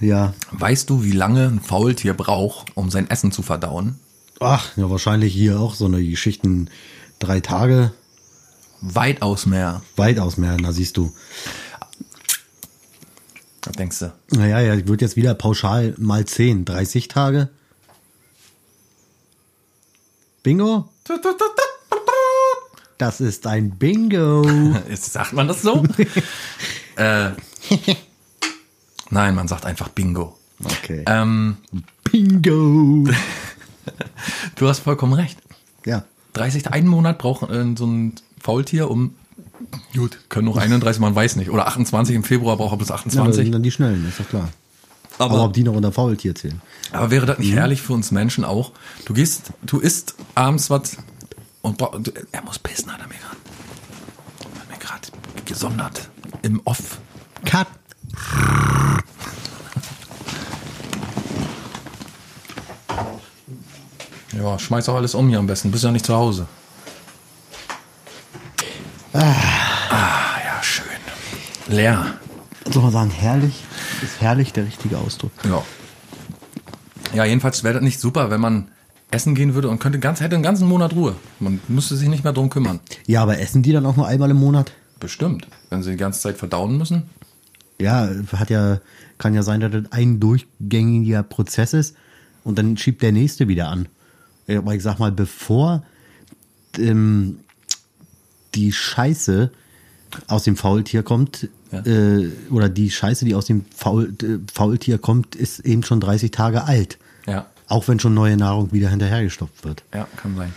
Ja.
weißt du, wie lange ein Faultier braucht, um sein Essen zu verdauen?
Ach, ja, wahrscheinlich hier auch so eine Geschichten drei Tage,
Weitaus mehr.
weitaus mehr, na siehst du.
Was denkst du?
Naja, ja, ich würde jetzt wieder pauschal mal 10, 30 Tage. Bingo? Das ist ein Bingo.
Ist, sagt man das so? äh, nein, man sagt einfach Bingo.
Okay.
Ähm,
Äh, Bingo.
du hast vollkommen recht.
Ja.
30, einen Monat braucht äh, so ein Faultier um, gut, können noch 31, man weiß nicht. Oder 28 im Februar braucht er bis
ja das sind
28.
dann die Schnellen, ist doch klar. Aber, Mhm. ob die noch unter Faultier zählen?
Aber wäre das nicht herrlich für uns Menschen auch? Du gehst, du isst abends was und bra- du, er muss pissen, hat er mir gerade. Hat mir gerade gesondert im Off.
Cut.
Ja, schmeiß auch alles um hier am besten. Bist ja nicht zu Hause. Ah, ja, schön. Leer.
Soll man sagen, herrlich? Ist herrlich der richtige Ausdruck.
Ja. Ja, jedenfalls wäre das nicht super, wenn man essen gehen würde und könnte ganz, hätte einen ganzen Monat Ruhe. Man müsste sich nicht mehr drum kümmern.
Ja, aber essen die dann auch nur einmal im Monat?
Bestimmt. Wenn sie die ganze Zeit verdauen müssen.
Ja, hat ja, kann ja sein, dass das ein durchgängiger Prozess ist und dann schiebt der nächste wieder an. Ja, Aber ich sag mal, bevor ähm, die Scheiße aus dem Faultier kommt,
Ja.
äh, oder die Scheiße, die aus dem Faul, äh, Faultier kommt, ist eben schon 30 Tage alt.
Ja.
Auch wenn schon neue Nahrung wieder hinterhergestopft wird.
Ja, kann sein.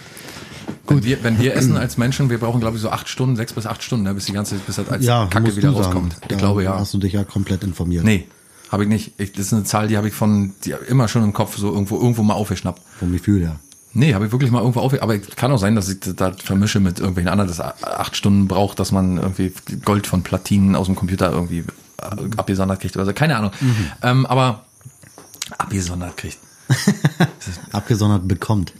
Gut. Wenn wir, wenn wir essen als Menschen, wir brauchen, glaube ich, so acht Stunden, sechs bis acht Stunden, ne, bis die ganze, bis das als Kacke
musst
wieder
du sagen.
rauskommt. Ich
Da
glaube ja. also
Hast du dich ja komplett informiert.
Nee, habe ich nicht. Ich, das ist eine Zahl, die habe ich von die hab ich immer schon im Kopf so irgendwo irgendwo mal aufgeschnappt.
Vom Gefühl her.
Nee, habe ich wirklich mal irgendwo aufgeschnappt. Aber es kann auch sein, dass ich das, das vermische mit irgendwelchen anderen, dass a- acht Stunden braucht, dass man irgendwie Gold von Platinen aus dem Computer irgendwie äh, abgesondert kriegt oder so. Keine Ahnung. Ähm, aber abgesondert kriegt.
Abgesondert bekommt.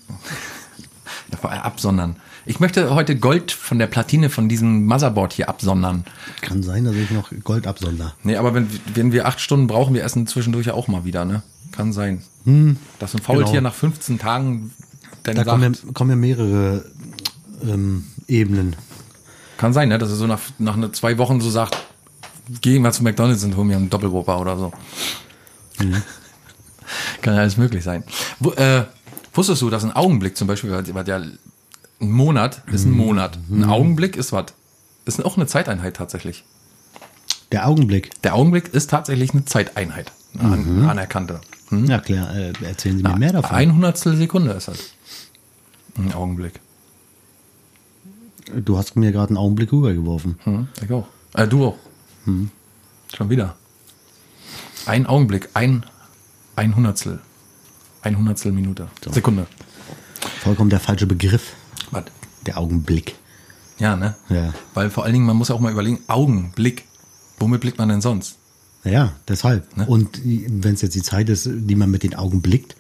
Ja, vor allem äh, Absondern. Ich möchte heute Gold von der Platine von diesem Motherboard hier absondern.
Kann sein, dass ich noch Gold absonder.
Nee, aber wenn, wenn wir acht Stunden brauchen, wir essen zwischendurch ja auch mal wieder, ne? Kann sein. Dass ein Faultier
Genau.
nach 15 Tagen dann
Da
sagt,
kommen ja, kommen ja mehrere ähm, Ebenen.
kann sein, ne? Dass er so nach, nach ne- zwei Wochen so sagt, gehen wir zu McDonalds und holen mir einen Doppelwopper oder so.
Mhm.
kann ja alles möglich sein. Wo, äh, wusstest du, dass ein Augenblick zum Beispiel, weil weil der ein Monat ist
Mhm.
ein Monat. Ein Augenblick ist was? Ist auch eine Zeiteinheit tatsächlich.
Der Augenblick.
Der Augenblick ist tatsächlich eine Zeiteinheit. Eine
Mhm.
an- anerkannte. Hm?
Na klar, äh, erzählen Sie mir mehr davon.
Ein Hundertstel Sekunde ist das. Ein Augenblick.
Du hast mir gerade einen Augenblick rübergeworfen.
Hm, ich auch. Äh, du auch.
Hm.
Schon wieder. Ein Augenblick, ein, ein Hundertstel. Ein Hundertstel Minute. Sekunde.
Vollkommen der falsche Begriff.
Was?
Der Augenblick.
Ja, ne?
Ja.
Weil vor allen Dingen, man muss ja auch mal überlegen, Augenblick. Womit blickt man denn sonst?
Ja, deshalb.
Ne?
Und wenn es jetzt die Zeit ist, die man mit den Augen blickt,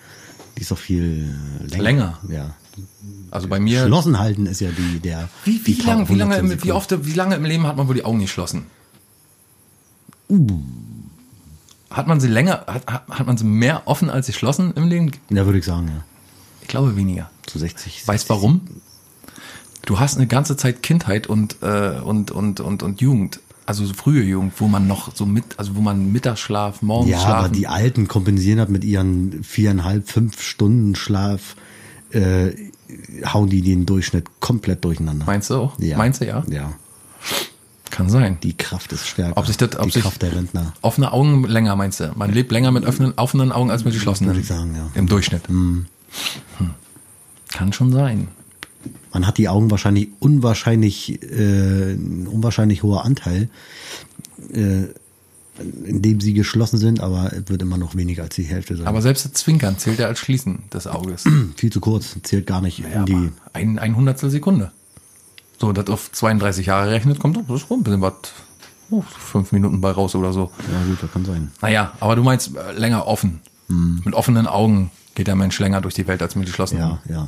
die ist doch viel länger.
Länger.
Ja.
Also bei mir.
Geschlossen halten ist ja die, der.
Wie, wie,
die
lange, wie, lange,
115
im- wie,
Sekunden.
oft, wie lange im Leben hat man wohl die Augen geschlossen?
Uh.
Hat man sie länger, hat, hat hat man sie mehr offen als geschlossen im Leben?
Ja, würde ich sagen, ja.
Ich glaube weniger.
Zu 60.
Weißt warum? Du hast eine ganze Zeit Kindheit und, äh, und, und, und, und Jugend. Also so frühe Jugend, wo man noch so mit, also wo man Mittagsschlaf,
Ja,
Morgenschlaf.
aber die Alten kompensieren das mit ihren viereinhalb, fünf Stunden Schlaf, äh, hauen die den Durchschnitt komplett durcheinander.
Meinst du auch? Meinst du ja?
Ja.
Kann sein.
Die Kraft ist stärker.
Ob sich das, ob
die
sich
Kraft der Rentner.
Offene Augen länger meinst du? Man lebt länger mit offenen, offenen Augen als mit geschlossenen.
Würde ich sagen, ja.
Im Durchschnitt. Hm. Kann schon sein.
Man hat die Augen wahrscheinlich unwahrscheinlich, äh, ein unwahrscheinlich hoher Anteil, äh, in dem sie geschlossen sind, aber es wird immer noch weniger als die Hälfte sein.
Aber selbst das Zwinkern zählt ja als Schließen des Auges.
viel zu kurz, zählt gar nicht in
Aber
die.
ein, ein Hundertstel Sekunde. So, das auf 32 Jahre rechnet, kommt doch das rum. Ein bisschen was. Oh, fünf Minuten bei raus oder so.
Ja gut, das kann sein.
Naja, aber du meinst äh, länger offen. Mit offenen Augen geht der Mensch länger durch die Welt als mit geschlossenen.
Ja, ja.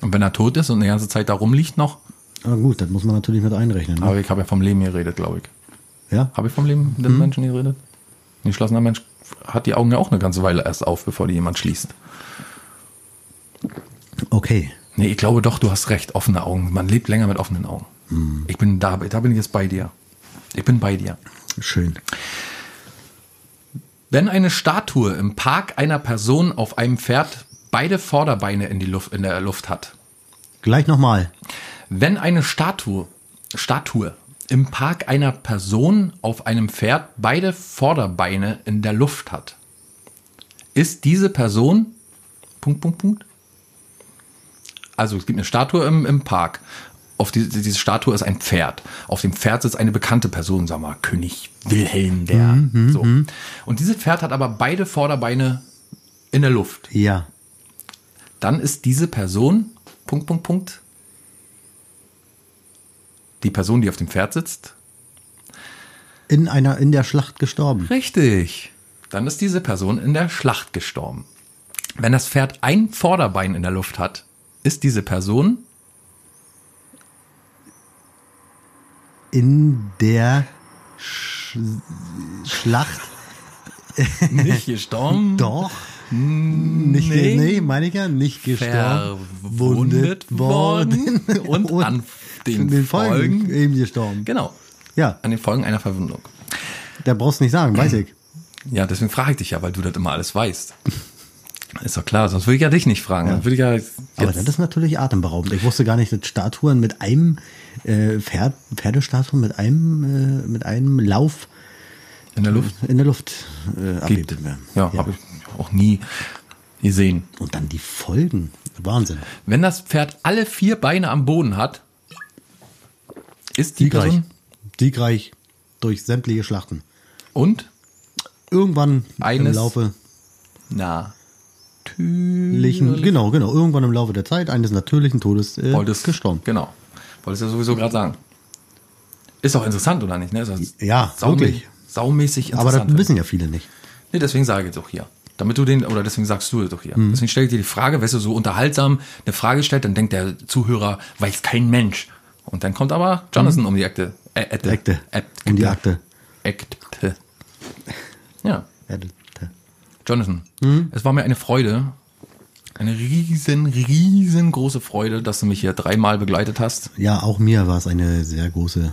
Und wenn er tot ist und eine ganze Zeit da rumliegt noch,
Aber Ah, gut, das muss man natürlich mit einrechnen. Ne?
aber ich habe ja vom Leben geredet, glaube ich.
Ja,
Habe ich vom Leben des Menschen geredet? Ein geschlossener Mensch hat die Augen ja auch eine ganze Weile erst auf, bevor die jemand schließt.
okay.
Nee, ich glaube doch, du hast recht. Offene Augen. Man lebt länger mit offenen Augen. Ich bin da, da bin ich jetzt bei dir. Ich bin bei dir.
Schön.
Wenn eine Statue im Park einer Person auf einem Pferd beide Vorderbeine in, die Luft, in der Luft hat.
Gleich nochmal.
Wenn eine Statue, Statue im Park einer Person auf einem Pferd beide Vorderbeine in der Luft hat, ist diese Person. Punkt, Punkt, Punkt. Also es gibt eine Statue im, im Park. Auf die, diese Statue ist ein Pferd. Auf dem Pferd sitzt eine bekannte Person, sag mal, König Wilhelm der. so. Und dieses Pferd hat aber beide Vorderbeine in der Luft.
Ja.
Dann ist diese Person. Punkt, Punkt, Punkt. Die Person, die auf dem Pferd sitzt.
In einer, in der Schlacht gestorben.
Richtig. Dann ist diese Person in der Schlacht gestorben. Wenn das Pferd ein Vorderbein in der Luft hat, ist diese Person
In der Sch Schlacht.
nicht gestorben.
Doch. Nicht,
Hm, nee.
nee. nee, meine ich ja, nicht gestorben.
Verwundet worden und an den Folgen.
eben gestorben.
Genau.
Ja,
An den Folgen einer Verwundung.
da brauchst du nicht sagen, weiß ich.
Ja, deswegen frage ich dich ja, weil du das immer alles weißt. Ist doch klar, sonst würde ich ja dich nicht fragen. Dann würde ich ja jetzt,
Aber das ist natürlich atemberaubend. Ich wusste gar nicht, dass Statuen mit einem äh, Pferd, Pferdestatuen mit einem, äh, mit einem Lauf
in der Luft.
in der Luft äh,
Gibt.
abgebildet werden.
Ja, habe ich auch nie gesehen.
Und dann die Folgen. Wahnsinn.
Wenn das Pferd alle vier Beine am Boden hat, ist die Person
Siegreich durch sämtliche Schlachten.
und
Irgendwann im
Eines
Laufe
na
natürlichen, genau, genau, irgendwann im Laufe der Zeit eines natürlichen Todes äh,
wolltest
gestorben.
Genau, wolltest ja sowieso gerade sagen. Ist doch interessant oder nicht? Ne? Ist doch
Ja,
saumäßig-
wirklich.
Saumäßig
Aber
interessant.
das wissen ja viele nicht.
Nee, deswegen sage ich es auch hier. Damit du den, oder deswegen sagst du es auch hier.
Mhm.
Deswegen stelle ich dir die Frage, weißt du, so unterhaltsam eine Frage stellt, dann denkt der Zuhörer, weiß kein Mensch. Und dann kommt aber Jonathan um die Akte. Äh, Ette.
Akte.
Äbte.
Mhm. Um die Akte.
Akte. Ja,
Ja, da-
Jonathan,
Mhm.
es war mir eine Freude, eine riesen, riesengroße Freude, dass du mich hier dreimal begleitet hast.
Ja, auch mir war es eine sehr große,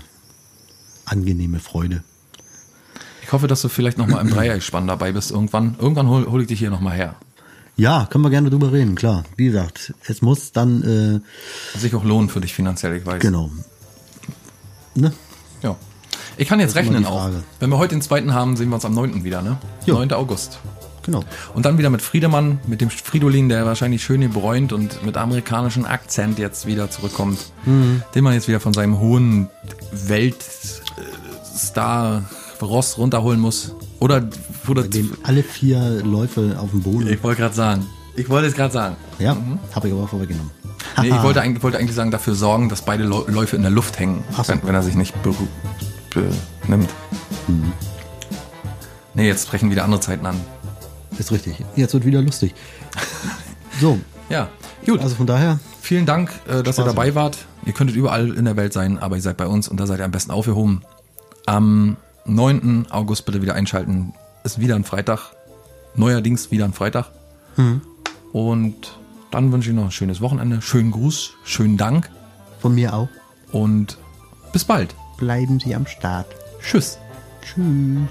angenehme Freude.
Ich hoffe, dass du vielleicht nochmal im Dreiergespann dabei bist irgendwann. Irgendwann hole hol ich dich hier nochmal her.
Ja, können wir gerne drüber reden, klar. Wie gesagt, es muss dann, äh,
Dass sich auch lohnt für dich finanziell, ich weiß.
genau. Ne?
Ja. Ich kann jetzt
ist immer
rechnen
die
auch.
Frage.
Wenn wir heute den zweiten haben, sehen wir uns am 9. wieder, ne?
Jo.
9. August.
Genau.
Und dann wieder mit Friedemann, mit dem Fridolin, der wahrscheinlich schön gebräunt und mit amerikanischem Akzent jetzt wieder zurückkommt.
Mhm.
Den man jetzt wieder von seinem hohen Weltstar-Ross runterholen muss. Oder, oder
Dem alle vier Läufe auf dem Boden.
ich wollte gerade sagen. Ich wollte es gerade sagen.
ja, habe ich aber vorweggenommen.
Mhm. Nee, ich wollte eigentlich, wollte eigentlich sagen, dafür sorgen, dass beide Lau- Läufe in der Luft hängen,
Ach so. Mhm.
wenn, wenn er sich nicht beru- benimmt. Nee, jetzt brechen wieder andere Zeiten an.
Ist richtig. Jetzt wird wieder lustig. So,
Ja, gut.
also von daher,
Vielen Dank, äh, dass ihr dabei wart. Ihr könntet überall in der Welt sein, aber ihr seid bei uns und da seid ihr am besten aufgehoben. Am 9. August bitte wieder einschalten. Ist wieder ein Freitag. Neuerdings wieder ein Freitag.
Mhm.
Und dann wünsche ich noch ein schönes Wochenende. Schönen Gruß, schönen Dank
von mir auch.
und bis bald.
Bleiben Sie am Start.
Tschüss.
Tschüss.